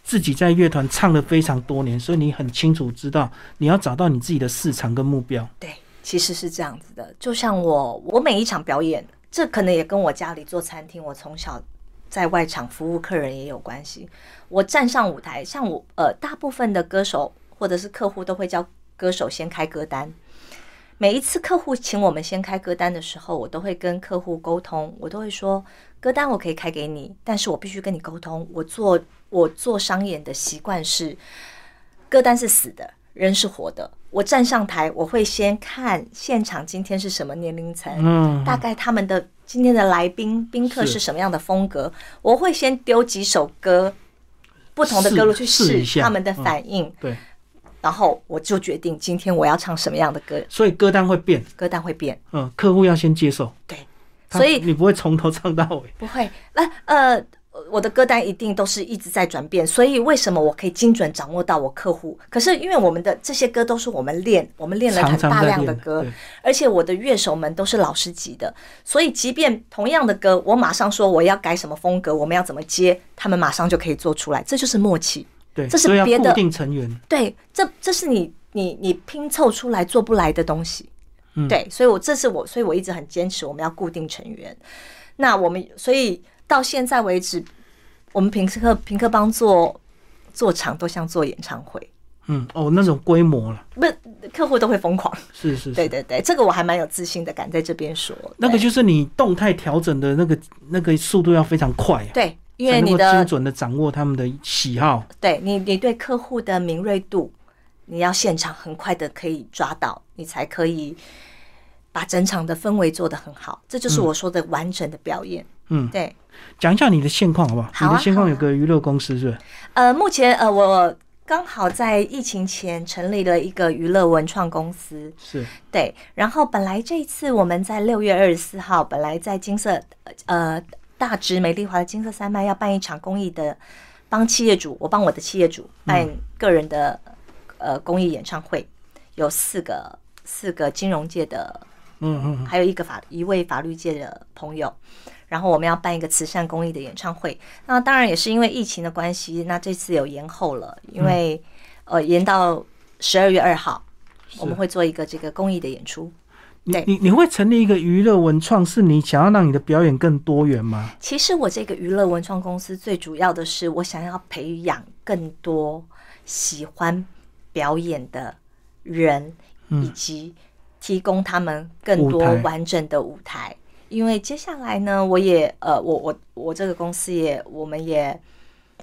Speaker 1: 自己在乐团唱了非常多年，所以你很清楚知道你要找到你自己的市场跟目标？
Speaker 2: 对，其实是这样子的。就像我，我每一场表演，这可能也跟我家里做餐厅，我从小在外场服务客人也有关系。我站上舞台，像我呃，大部分的歌手或者是客户都会叫歌手先开歌单。每一次客户请我们先开歌单的时候，我都会跟客户沟通，我都会说歌单我可以开给你，但是我必须跟你沟通。我做我做商演的习惯是，歌单是死的，人是活的。我站上台，我会先看现场今天是什么年龄层，
Speaker 1: 嗯，
Speaker 2: 大概他们的今天的来宾宾客
Speaker 1: 是
Speaker 2: 是什么样的风格，我会先丢几首歌不同的歌路去
Speaker 1: 试试
Speaker 2: 试
Speaker 1: 一下嗯
Speaker 2: 他们的反应，
Speaker 1: 对，
Speaker 2: 然后我就决定今天我要唱什么样的歌，
Speaker 1: 所以歌单会变，
Speaker 2: 歌单会变。
Speaker 1: 嗯，客户要先接受，
Speaker 2: 对，
Speaker 1: 他
Speaker 2: 所以
Speaker 1: 你不会从头唱到尾，
Speaker 2: 不会，那呃，我的歌单一定都是一直在转变，所以为什么我可以精准掌握到我客户？可是因为我们的这些歌都是我们练，我们练了
Speaker 1: 常
Speaker 2: 很
Speaker 1: 常
Speaker 2: 大
Speaker 1: 在
Speaker 2: 量
Speaker 1: 练
Speaker 2: 的歌，
Speaker 1: 对
Speaker 2: 而且我的乐手们都是老师级的，所以即便同样的歌，我马上说我要改什么风格，我们要怎么接，他们马上就可以做出来，这就是默契。
Speaker 1: 对，
Speaker 2: 这是
Speaker 1: 所以要
Speaker 2: 别的
Speaker 1: 固定成员，
Speaker 2: 对，这这是你你你拼凑出来做不来的东西。
Speaker 1: 嗯
Speaker 2: 对，所以我这是我，所以我一直很坚持我们要固定成员。那我们所以到现在为止，我们平克平克帮做做场都像做演唱会，
Speaker 1: 嗯，哦，那种规模了，
Speaker 2: 不客户都会疯狂。
Speaker 1: 是是
Speaker 2: 对
Speaker 1: 是，
Speaker 2: 对对，这个我还蛮有自信的，敢在这边说。
Speaker 1: 那个
Speaker 2: 对
Speaker 1: 就是你动态调整的那个那个速度要非常快啊，
Speaker 2: 对，因
Speaker 1: 才
Speaker 2: 为
Speaker 1: 能
Speaker 2: 你
Speaker 1: 够精
Speaker 2: 的
Speaker 1: 准的掌握他们的喜好，
Speaker 2: 对你你对客户的敏锐度，你要现场很快的可以抓到，你才可以把整场的氛围做得很好。这就是我说的完整的表演。
Speaker 1: 嗯，
Speaker 2: 对，
Speaker 1: 讲一下你的现况好不好？
Speaker 2: 好啊
Speaker 1: 你的现
Speaker 2: 好
Speaker 1: 况
Speaker 2: 啊
Speaker 1: 有个娱乐公司是不是？
Speaker 2: 呃，目前呃，我刚好在疫情前成立了一个娱乐文创公司，
Speaker 1: 是，
Speaker 2: 对。然后本来这一次我们在六月二十四号，本来在金色呃大直美丽华的金色山脉要办一场公益的，帮企业主，我帮我的企业主办个人的、呃公益演唱会，有四个四个金融界的
Speaker 1: 嗯嗯嗯，
Speaker 2: 还有一个法一位法律界的朋友，然后我们要办一个慈善公益的演唱会。那当然也是因为疫情的关系，那这次有延后了，因为、呃延到十二月二号，我们会做一个这个公益的演出。
Speaker 1: 你
Speaker 2: 对
Speaker 1: 你你会成立一个娱乐文创，是你想要让你的表演更多元吗？
Speaker 2: 其实我这个娱乐文创公司最主要的是，我想要培养更多喜欢表演的人，以及提供他们更多
Speaker 1: 嗯舞台
Speaker 2: 完整的舞台。因为接下来呢，我也呃，我我我这个公司也，我们也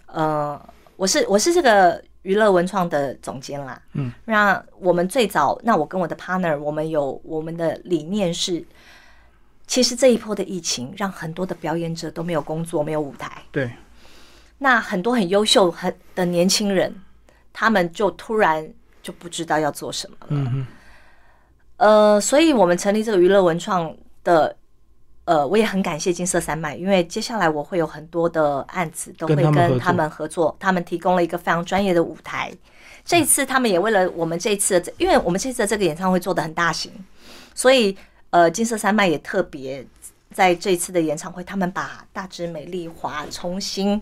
Speaker 2: 呃，我是我是这个娱乐文创的总监啦。
Speaker 1: 嗯，
Speaker 2: 那我们最早，那我跟我的 partner，我们有我们的理念是，其实这一波的疫情让很多的表演者都没有工作，没有舞台。
Speaker 1: 对，
Speaker 2: 那很多很优秀很的年轻人，他们就突然就不知道要做什么了。
Speaker 1: 嗯嗯，
Speaker 2: 呃，所以我们成立这个娱乐文创的，呃，我也很感谢金色山脉，因为接下来我会有很多的案子都会
Speaker 1: 跟他们合
Speaker 2: 跟
Speaker 1: 作
Speaker 2: 他们合作，他们提供了一个非常专业的舞台。这一次他们也为了我们这一次的这，因为我们这次的这个演唱会做的很大型，所以呃，金色山脉也特别在这次的演唱会，他们把大直美丽华重新。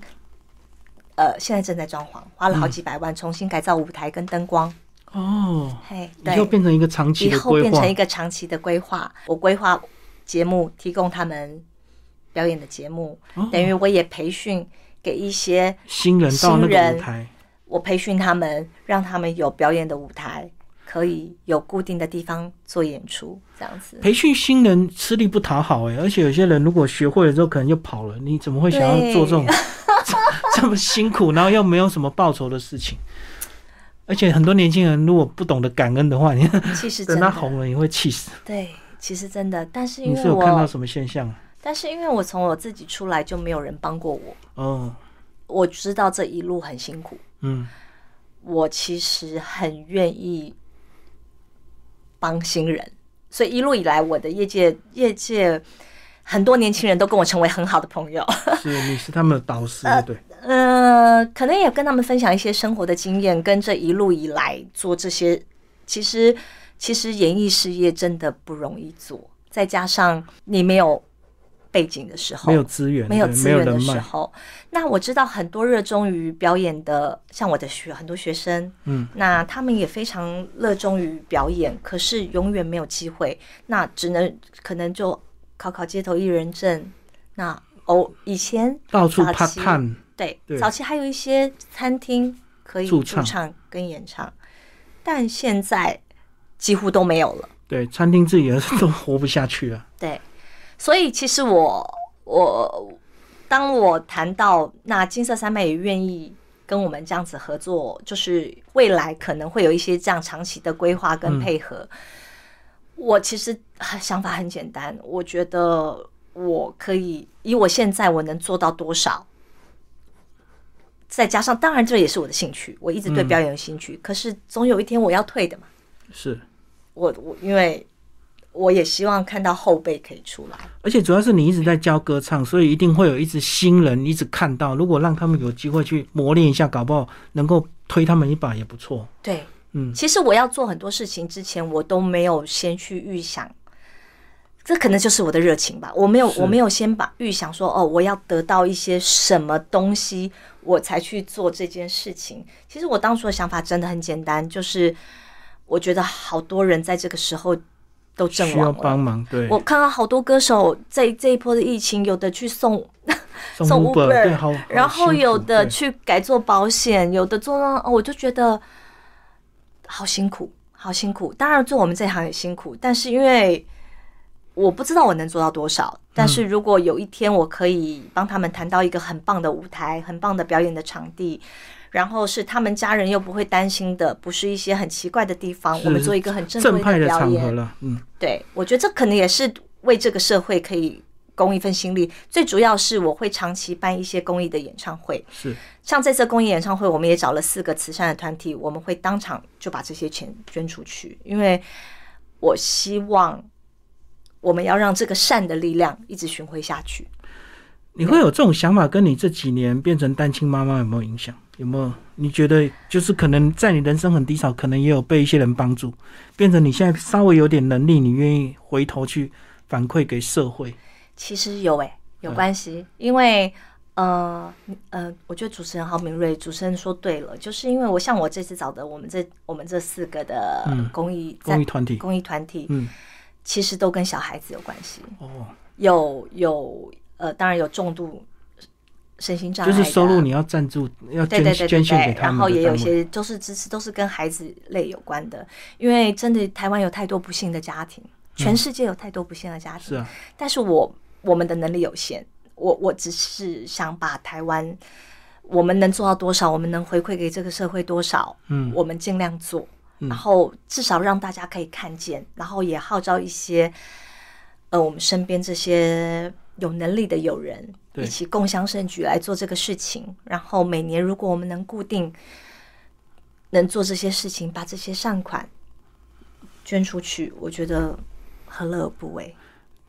Speaker 2: 呃，现在正在装潢，花了好几百万重新改造舞台跟灯光。
Speaker 1: 哦，
Speaker 2: 嘿，对
Speaker 1: 以后变成一个长期
Speaker 2: 以
Speaker 1: 的
Speaker 2: 后
Speaker 1: 规
Speaker 2: 变
Speaker 1: 划
Speaker 2: 成一，个长期的规划。我规划节目，提供他们表演的节目，
Speaker 1: 哦
Speaker 2: 等于我也培训给一些
Speaker 1: 新人到那
Speaker 2: 新
Speaker 1: 个
Speaker 2: 人
Speaker 1: 舞台，
Speaker 2: 我培训他们，让他们有表演的舞台，可以有固定的地方做演出，这样子。
Speaker 1: 培训新人吃力不讨好哎、而且有些人如果学会了之后可能就跑了，你怎么会想要做这种这 这么辛苦，然后又没有什么报酬的事情？而且很多年轻人如果不懂得感恩的话，你
Speaker 2: 其实真
Speaker 1: 等他
Speaker 2: 的，
Speaker 1: 红了你会气死。
Speaker 2: 对，其实真的，但是因
Speaker 1: 你是
Speaker 2: 为
Speaker 1: 有看到
Speaker 2: 我，
Speaker 1: 什么现象啊？
Speaker 2: 但是因为我从我自己出来就没有人帮过我，
Speaker 1: 哦，
Speaker 2: 我知道这一路很辛苦。
Speaker 1: 嗯，
Speaker 2: 我其实很愿意帮新人，所以一路以来，我的业界业界很多年轻人都跟我成为很好的朋友。
Speaker 1: 是你是他们的导师，对，
Speaker 2: 呃，可能也跟他们分享一些生活的经验，跟这一路以来做这些，其实其实演艺事业真的不容易做，再加上你没有背景的时候，
Speaker 1: 没有资源，
Speaker 2: 没有
Speaker 1: 对
Speaker 2: 资
Speaker 1: 没有
Speaker 2: 源的
Speaker 1: 人
Speaker 2: 时
Speaker 1: 脉，
Speaker 2: 候，那我知道很多热衷于表演的，像我的学很多学生，
Speaker 1: 嗯，
Speaker 2: 那他们也非常热衷于表演，可是永远没有机会，那只能可能就考考街头艺人证，那偶以前
Speaker 1: 到处
Speaker 2: 早
Speaker 1: 怕
Speaker 2: 期
Speaker 1: 探，
Speaker 2: 对
Speaker 1: 对
Speaker 2: 早期还有一些餐厅可以
Speaker 1: 驻
Speaker 2: 驻
Speaker 1: 唱
Speaker 2: 唱跟演唱，但现在几乎都没有了。
Speaker 1: 对，餐厅自己人都活不下去了。
Speaker 2: 对，所以其实我我当我谈到那金色山脉也愿意跟我们这样子合作，就是未来可能会有一些这样长期的规划跟配合。我其实呃想法很简单，我觉得我可以以我现在我能做到多少，再加上，当然这也是我的兴趣，我一直对表演有兴趣。可是总有一天我要退的嘛，
Speaker 1: 是，
Speaker 2: 我我因为我也希望看到后辈可以出来。
Speaker 1: 而且主要是你一直在教歌唱，所以一定会有一直新人一直看到。如果让他们有机会去磨练一下，搞不好能够推他们一把也不错。
Speaker 2: 对，
Speaker 1: 嗯，
Speaker 2: 其实我要做很多事情之前，我都没有先去预想，这可能就是我的热情吧。我没有，
Speaker 1: 是
Speaker 2: 我没有先把预想说哦，我要得到一些什么东西，我才去做这件事情。其实我当初的想法真的很简单，就是我觉得好多人在这个时候都阵
Speaker 1: 需要
Speaker 2: 亡了。
Speaker 1: 帮忙，对，
Speaker 2: 我看到好多歌手在这一波的疫情，有的去送
Speaker 1: 送
Speaker 2: 送
Speaker 1: Uber，
Speaker 2: Uber，
Speaker 1: 对，好，好
Speaker 2: 然后
Speaker 1: 辛苦
Speaker 2: 有的
Speaker 1: 对
Speaker 2: 去改做保险，有的做那，哦我就觉得好辛苦，好辛苦。当然做我们这行也辛苦，但是因为我不知道我能做到多少，但
Speaker 1: 嗯
Speaker 2: 是如果有一天我可以帮他们谈到一个很棒的舞台、很棒的表演的场地。然后是他们家人又不会担心的，不是一些很奇怪的地方。
Speaker 1: 是
Speaker 2: 我们做一个很正
Speaker 1: 正
Speaker 2: 规
Speaker 1: 派的
Speaker 2: 表
Speaker 1: 场
Speaker 2: 演
Speaker 1: 合，了，嗯，
Speaker 2: 对，我觉得这可能也是为这个社会可以供一份心力。最主要是我会长期办一些公益的演唱会，
Speaker 1: 是
Speaker 2: 像这次公益演唱会，我们也找了四个慈善的团体，我们会当场就把这些钱捐出去，因为我希望我们要让这个善的力量一直循环下去。
Speaker 1: 你会有这种想法，跟你这几年变成单亲妈妈有没有影响？有没有？你觉得就是可能在你人生很低潮，可能也有被一些人帮助，变成你现在稍微有点能力，你愿意回头去反馈给社会，
Speaker 2: 其实有诶、有
Speaker 1: 嗯
Speaker 2: 关系，因为呃呃，我觉得主持人好敏锐，主持人说对了，就是因为我像我这次找的我们这我们这四个的
Speaker 1: 嗯
Speaker 2: 公益在
Speaker 1: 公益团体，
Speaker 2: 公益团体
Speaker 1: 嗯，
Speaker 2: 其实都跟小孩子有关系，
Speaker 1: 哦，
Speaker 2: 有有呃，当然有重度身心障碍
Speaker 1: 就
Speaker 2: 的，
Speaker 1: 是收入你要赞助，要
Speaker 2: 对
Speaker 1: 捐
Speaker 2: 对对对
Speaker 1: 捐献给
Speaker 2: 对，
Speaker 1: 他
Speaker 2: 然后
Speaker 1: 们的
Speaker 2: 也
Speaker 1: 单
Speaker 2: 有
Speaker 1: 位，
Speaker 2: 一些就是支持都是跟孩子类有关的，因为真的台湾有太多不幸的家庭，全世界有太多不幸的家
Speaker 1: 是
Speaker 2: 庭，
Speaker 1: 啊，
Speaker 2: 但是我我们的能力有限，我我只是想把台湾我们能做到多少，我们能回馈给这个社会多少，
Speaker 1: 嗯，
Speaker 2: 我们尽量做，
Speaker 1: 嗯
Speaker 2: 然后至少让大家可以看见，然后也号召一些呃我们身边这些有能力的友人
Speaker 1: 对
Speaker 2: 一起共襄盛举来做这个事情。然后每年如果我们能固定能做这些事情，把这些善款捐出去，我觉得何乐而不为？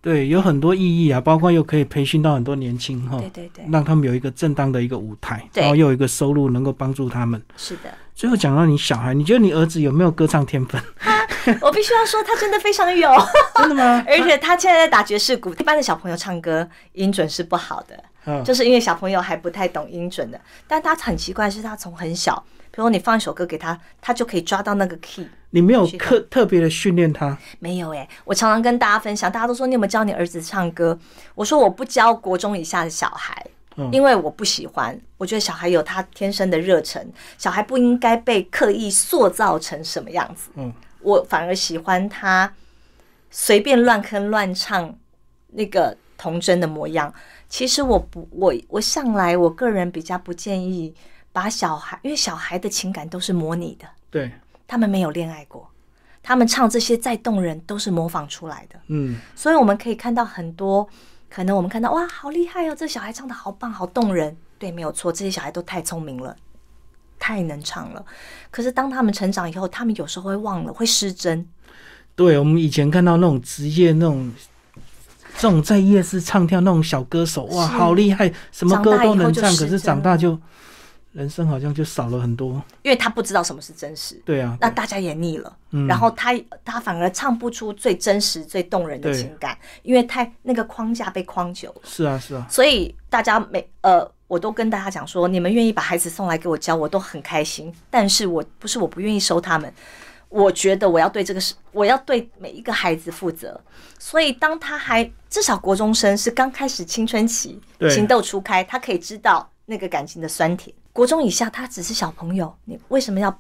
Speaker 1: 对，有很多意义啊，包括又可以培训到很多年轻哈
Speaker 2: 对，对对，
Speaker 1: 让他们有一个正当的一个舞台，
Speaker 2: 对
Speaker 1: 然后又有一个收入能够帮助他们。
Speaker 2: 是的，
Speaker 1: 最后讲到你小孩，你觉得你儿子有没有歌唱天分？
Speaker 2: 我必须要说他真的非常有，
Speaker 1: 真的吗？
Speaker 2: 而且他现在在打爵士鼓，一般的小朋友唱歌音准是不好的。
Speaker 1: 嗯，
Speaker 2: 就是因为小朋友还不太懂音准的，但他很奇怪，是他从很小，比如你放一首歌给他，他就可以抓到那个 key。
Speaker 1: 你没有特特别的训练他，
Speaker 2: 没有诶、欸我常常跟大家分享，大家都说你有没有教你儿子唱歌？我说我不教国中以下的小孩，
Speaker 1: 嗯
Speaker 2: 因为我不喜欢，我觉得小孩有他天生的热忱，小孩不应该被刻意塑造成什么样子。
Speaker 1: 嗯，
Speaker 2: 我反而喜欢他随便乱哼乱唱那个童真的模样。其实我不，我我向来我个人比较不建议把小孩，因为小孩的情感都是模拟的，
Speaker 1: 对，
Speaker 2: 他们没有恋爱过，他们唱这些再动人都是模仿出来的。
Speaker 1: 嗯，
Speaker 2: 所以我们可以看到很多，可能我们看到哇，好厉害哦，这小孩唱的好棒，好动人。对，没有错，这些小孩都太聪明了，太能唱了。可是当他们成长以后，他们有时候会忘了，会失真。
Speaker 1: 对，我们以前看到那种职业那种。这种在夜市唱跳那种小歌手，哇，
Speaker 2: 是
Speaker 1: 好厉害，什么歌都能唱。
Speaker 2: 长大以后就
Speaker 1: 可是
Speaker 2: 失真
Speaker 1: 长大就，人生好像就少了很多。
Speaker 2: 因为他不知道什么是真实，
Speaker 1: 对啊，
Speaker 2: 那大家也腻了，
Speaker 1: 嗯
Speaker 2: 然后他他反而唱不出最真实、最动人的
Speaker 1: 对
Speaker 2: 情感，因为太那个框架被框久了。
Speaker 1: 是啊，是啊，
Speaker 2: 所以大家每呃，我都跟大家讲说，你们愿意把孩子送来给我教，我都很开心。但是我不是我不愿意收他们，我觉得我要对这个事，我要对每一个孩子负责。所以当他还至少国中生是刚开始青春期，
Speaker 1: 对
Speaker 2: 情窦初开，他可以知道那个感情的酸甜。国中以下他只是小朋友，你为什么要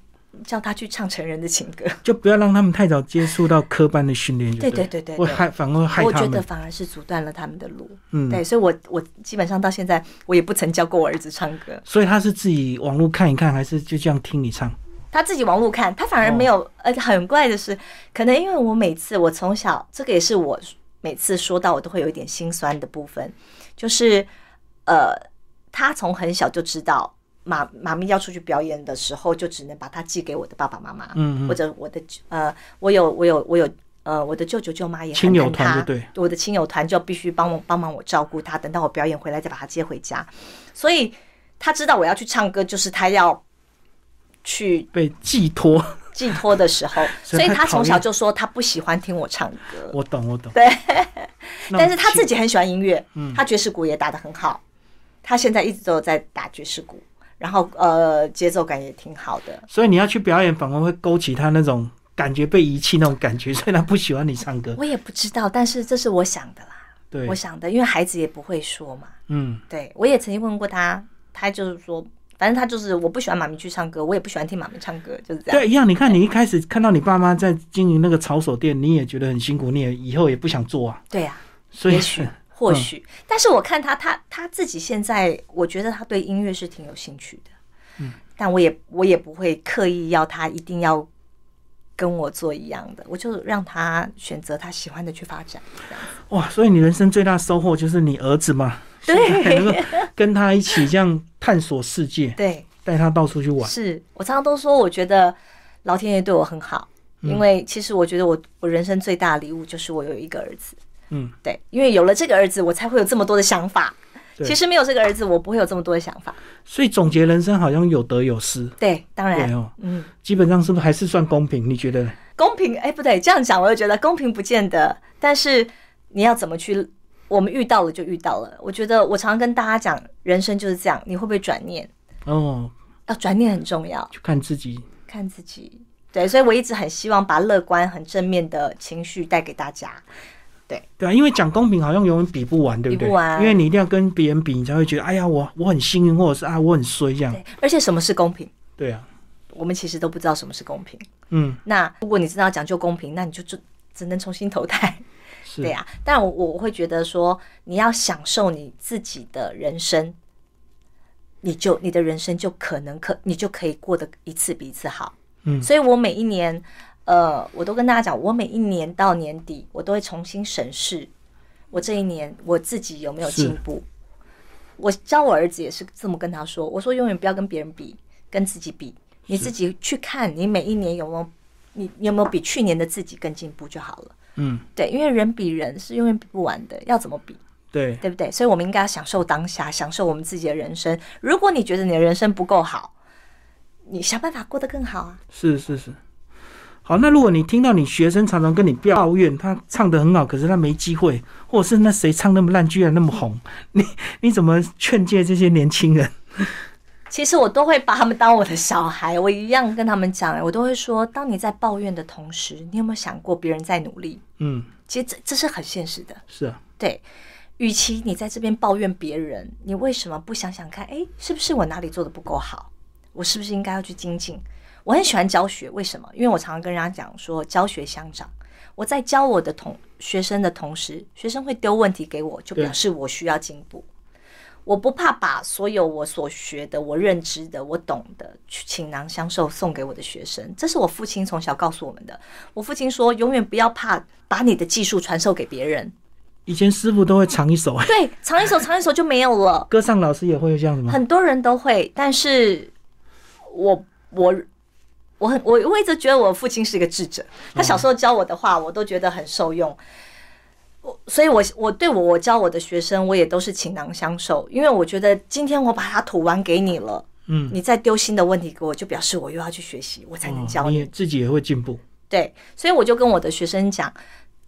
Speaker 2: 叫他去唱成人的情歌？
Speaker 1: 就不要让他们太早接触到科班的训练就
Speaker 2: 对
Speaker 1: 对
Speaker 2: 对对对
Speaker 1: 会
Speaker 2: 对
Speaker 1: 害反而会害
Speaker 2: 我
Speaker 1: 他
Speaker 2: 觉得
Speaker 1: 们。
Speaker 2: 反而是阻断了他们的路。
Speaker 1: 嗯，
Speaker 2: 对，所以我我基本上到现在我也不曾教过我儿子唱歌。
Speaker 1: 所以他是自己网络看一看，还是就这样听你唱？
Speaker 2: 他自己网路看，他反而
Speaker 1: 哦
Speaker 2: 没有。呃，很怪的是，可能因为我每次我从小，这个也是我每次说到我都会有一点心酸的部分，就是呃，他从很小就知道妈妈咪要出去表演的时候，就只能把它寄给我的爸爸妈妈，
Speaker 1: 嗯
Speaker 2: 或
Speaker 1: 嗯，
Speaker 2: 者我的呃，我有我有我有呃，我的舅舅舅妈也很
Speaker 1: 亲友
Speaker 2: 疼
Speaker 1: 团
Speaker 2: 他
Speaker 1: 就对
Speaker 2: 我的亲友团就必须帮我帮忙我照顾他，等到我表演回来再把他接回家。所以他知道我要去唱歌，就是他要去
Speaker 1: 被寄托，
Speaker 2: 寄托的时候，
Speaker 1: 所
Speaker 2: 所
Speaker 1: 以
Speaker 2: 以
Speaker 1: 他
Speaker 2: 他从
Speaker 1: 讨
Speaker 2: 小
Speaker 1: 厌
Speaker 2: 就说他不喜欢听我唱歌，
Speaker 1: 我懂我懂。
Speaker 2: 对
Speaker 1: 那我们请，
Speaker 2: 但是他自己很喜欢音乐
Speaker 1: 嗯，
Speaker 2: 他爵士鼓也打得很好，他现在一直都有在打爵士鼓，然后呃节奏感也挺好的。
Speaker 1: 所以你要去表演，反而会勾起他那种感觉被遗弃那种感觉，所以他不喜欢你唱歌。
Speaker 2: 我也不知道，但是这是我想的啦，
Speaker 1: 对
Speaker 2: 我，想的，因为孩子也不会说嘛。
Speaker 1: 嗯，
Speaker 2: 对我也曾经问过他，他就是说，反正他就是我不喜欢妈咪去唱歌，我也不喜欢听妈咪唱歌，就是这样。
Speaker 1: 对，一样。你看，你一开始看到你爸妈在经营那个草手店，你也觉得很辛苦，你也以后也不想做啊。
Speaker 2: 对呀、
Speaker 1: 所以
Speaker 2: 也许或许，但是我看他，他他自己现在，我觉得他对音乐是挺有兴趣的。嗯，但我也我也不会刻意要他一定要跟我做一样的，我就让他选择他喜欢的去发展。这样
Speaker 1: 哇，所以你人生最大收获就是你儿子 嘛，对，能够跟他一起这样探索世界，
Speaker 2: 对，
Speaker 1: 带他到处去玩。
Speaker 2: 是我常常都说，我觉得老天爷对我很好，
Speaker 1: 嗯
Speaker 2: 因为其实我觉得我我人生最大的礼物就是我有一个儿子。
Speaker 1: 嗯，
Speaker 2: 对，因为有了这个儿子，我才会有这么多的想法。
Speaker 1: 对
Speaker 2: 其实没有这个儿子，我不会有这么多的想法。
Speaker 1: 所以总结人生好像有得有失，
Speaker 2: 对，当然
Speaker 1: 对，哦，
Speaker 2: 嗯，
Speaker 1: 基本上是不是还是算公平？你觉得呢？
Speaker 2: 公平，哎，不对，这样讲我又觉得公平不见得，但是你要怎么去？我们遇到了就遇到了。我觉得我常常跟大家讲，人生就是这样，你会不会转念？
Speaker 1: 哦，
Speaker 2: 要转念很重要，
Speaker 1: 就看自己。
Speaker 2: 看自己。对，所以我一直很希望把乐观、很正面的情绪带给大家。
Speaker 1: 对啊，因为讲公平好像永远比不完，对不对？
Speaker 2: 比不完
Speaker 1: 因为你一定要跟别人比，你才会觉得，哎呀，我我很幸运，或者是啊，我很衰这样。
Speaker 2: 对，而且什么是公平？
Speaker 1: 对啊，
Speaker 2: 我们其实都不知道什么是公平。
Speaker 1: 嗯，
Speaker 2: 那如果你真的要讲究公平，那你就就只能重新投胎，
Speaker 1: 是，
Speaker 2: 对啊。但我我我会觉得说，你要享受你自己的人生，你就你的人生就可能可你就可以过得一次比一次好。
Speaker 1: 嗯
Speaker 2: 所以我每一年，呃，我都跟大家讲，我每一年到年底，我都会重新审视我这一年我自己有没有
Speaker 1: 是
Speaker 2: 进步。我教我儿子也是这么跟他说，我说永远不要跟别人比，跟自己比，你自己去看你每一年有没有你你有没有比去年的自己更进步就好了。
Speaker 1: 嗯，
Speaker 2: 对，因为人比人是永远比不完的，要怎么比，
Speaker 1: 对，
Speaker 2: 对不对？所以我们应该要享受当下，享受我们自己的人生。如果你觉得你的人生不够好，你想办法过得更好啊。
Speaker 1: 是是是。好，那如果你听到你学生常常跟你抱怨，他唱的很好，可是他没机会，或者是那谁唱那么烂，居然那么红， 你你怎么劝诫这些年轻人？
Speaker 2: 其实我都会把他们当我的小孩，我一样跟他们讲，我都会说，当你在抱怨的同时，你有没有想过别人在努力？
Speaker 1: 嗯，
Speaker 2: 其实这这是很现实的。
Speaker 1: 是啊，
Speaker 2: 对，与其你在这边抱怨别人，你为什么不想想看？诶，是不是我哪里做的不够好？我是不是应该要去精进？我很喜欢教学，为什么？因为我常常跟人家讲说，教学相长。我在教我的同学生的同时，学生会丢问题给我，就
Speaker 1: 对
Speaker 2: 表示我需要进步。我不怕把所有我所学的、我认知的、我懂的，去倾囊相授送给我的学生。这是我父亲从小告诉我们的。我父亲说，永远不要怕把你的技术传授给别人，
Speaker 1: 以前师傅都会唱一首，
Speaker 2: 对，藏一首藏一首就没有了，
Speaker 1: 歌唱老师也会这样子吗？
Speaker 2: 很多人都会，但是我我我很我我一直觉得我父亲是一个智者，他小时候教我的话，我都觉得很受用。我所以我，我对我我教我的学生，我也都是倾囊相授，因为我觉得今天我把它吐完给你了，
Speaker 1: 嗯，
Speaker 2: 你再丢新的问题给我，就表示我又要去学习，我才能教
Speaker 1: 哦
Speaker 2: 你。
Speaker 1: 也自己也会进步，
Speaker 2: 对，所以我就跟我的学生讲，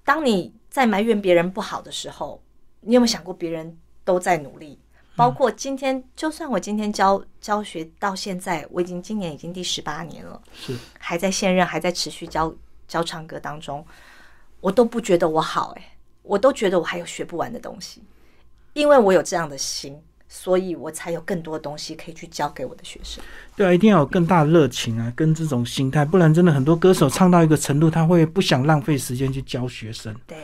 Speaker 2: 当你在埋怨别人不好的时候，你有没有想过别人都在努力？包括今天，就算我今天教教学到现在，我已经今年已经第十八年了，
Speaker 1: 是
Speaker 2: 还在现任，还在持续教教唱歌当中，我都不觉得我好哎、我都觉得我还有学不完的东西，因为我有这样的心，所以我才有更多东西可以去教给我的学生。
Speaker 1: 对啊，一定要有更大的热情啊，跟这种心态，不然真的很多歌手唱到一个程度，他会不想浪费时间去教学生，
Speaker 2: 对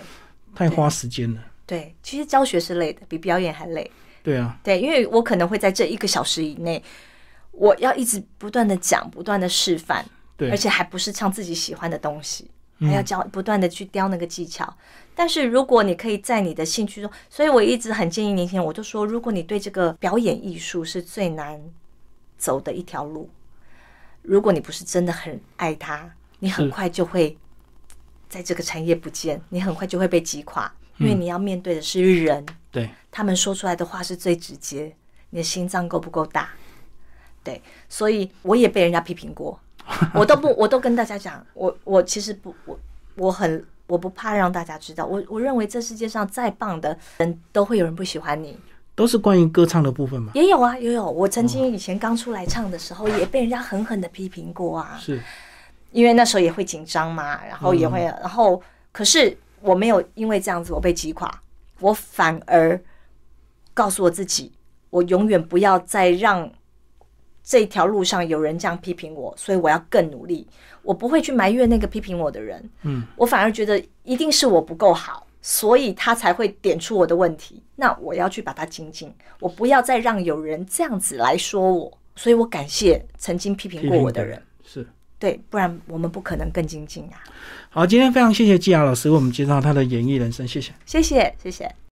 Speaker 1: 太花时间了。
Speaker 2: 对，其实教学是累的，比表演还累。
Speaker 1: 对啊，
Speaker 2: 对，因为我可能会在这一个小时以内，我要一直不断的讲，不断的示范，
Speaker 1: 对
Speaker 2: 而，且还不是唱自己喜欢的东西，
Speaker 1: 嗯
Speaker 2: 还要教不断的去雕那个技巧。但是如果你可以在你的兴趣中，所以我一直很建议年轻人，我就说，如果你对这个表演艺术是最难走的一条路。如果你不是真的很爱它，你很
Speaker 1: 是
Speaker 2: 快就会在这个产业不见，你很快就会被击垮，因
Speaker 1: 嗯
Speaker 2: 为你要面对的是人，
Speaker 1: 对，
Speaker 2: 他们说出来的话是最直接。你的心脏够不够大？对，所以我也被人家批评过，我都不，我都跟大家讲，我我其实不，我我很我不怕让大家知道，我我认为这世界上再棒的人都会有人不喜欢你，
Speaker 1: 都是关于歌唱的部分嘛。
Speaker 2: 也有啊，也有。我曾经以前刚出来唱的时候，也被人家狠狠的批评过啊。
Speaker 1: 是，
Speaker 2: 因为那时候也会紧张嘛，然后也
Speaker 1: 嗯
Speaker 2: 会，然后可是我没有因为这样子我被击垮，我反而告诉我自己，我永远不要再让这条路上有人这样批评我，所以我要更努力，我不会去埋怨那个批评我的人，
Speaker 1: 嗯，
Speaker 2: 我反而觉得一定是我不够好。所以他才会点出我的问题，那我要去把它精进，我不要再让有人这样子来说我，所以我感谢曾经批评
Speaker 1: 批
Speaker 2: 过
Speaker 1: 评
Speaker 2: 我的人。
Speaker 1: 是。
Speaker 2: 对，不然我们不可能更精进啊！
Speaker 1: 好，今天非常谢谢季雅老师为我们介绍他的演艺人生，谢谢。
Speaker 2: 谢谢，谢谢。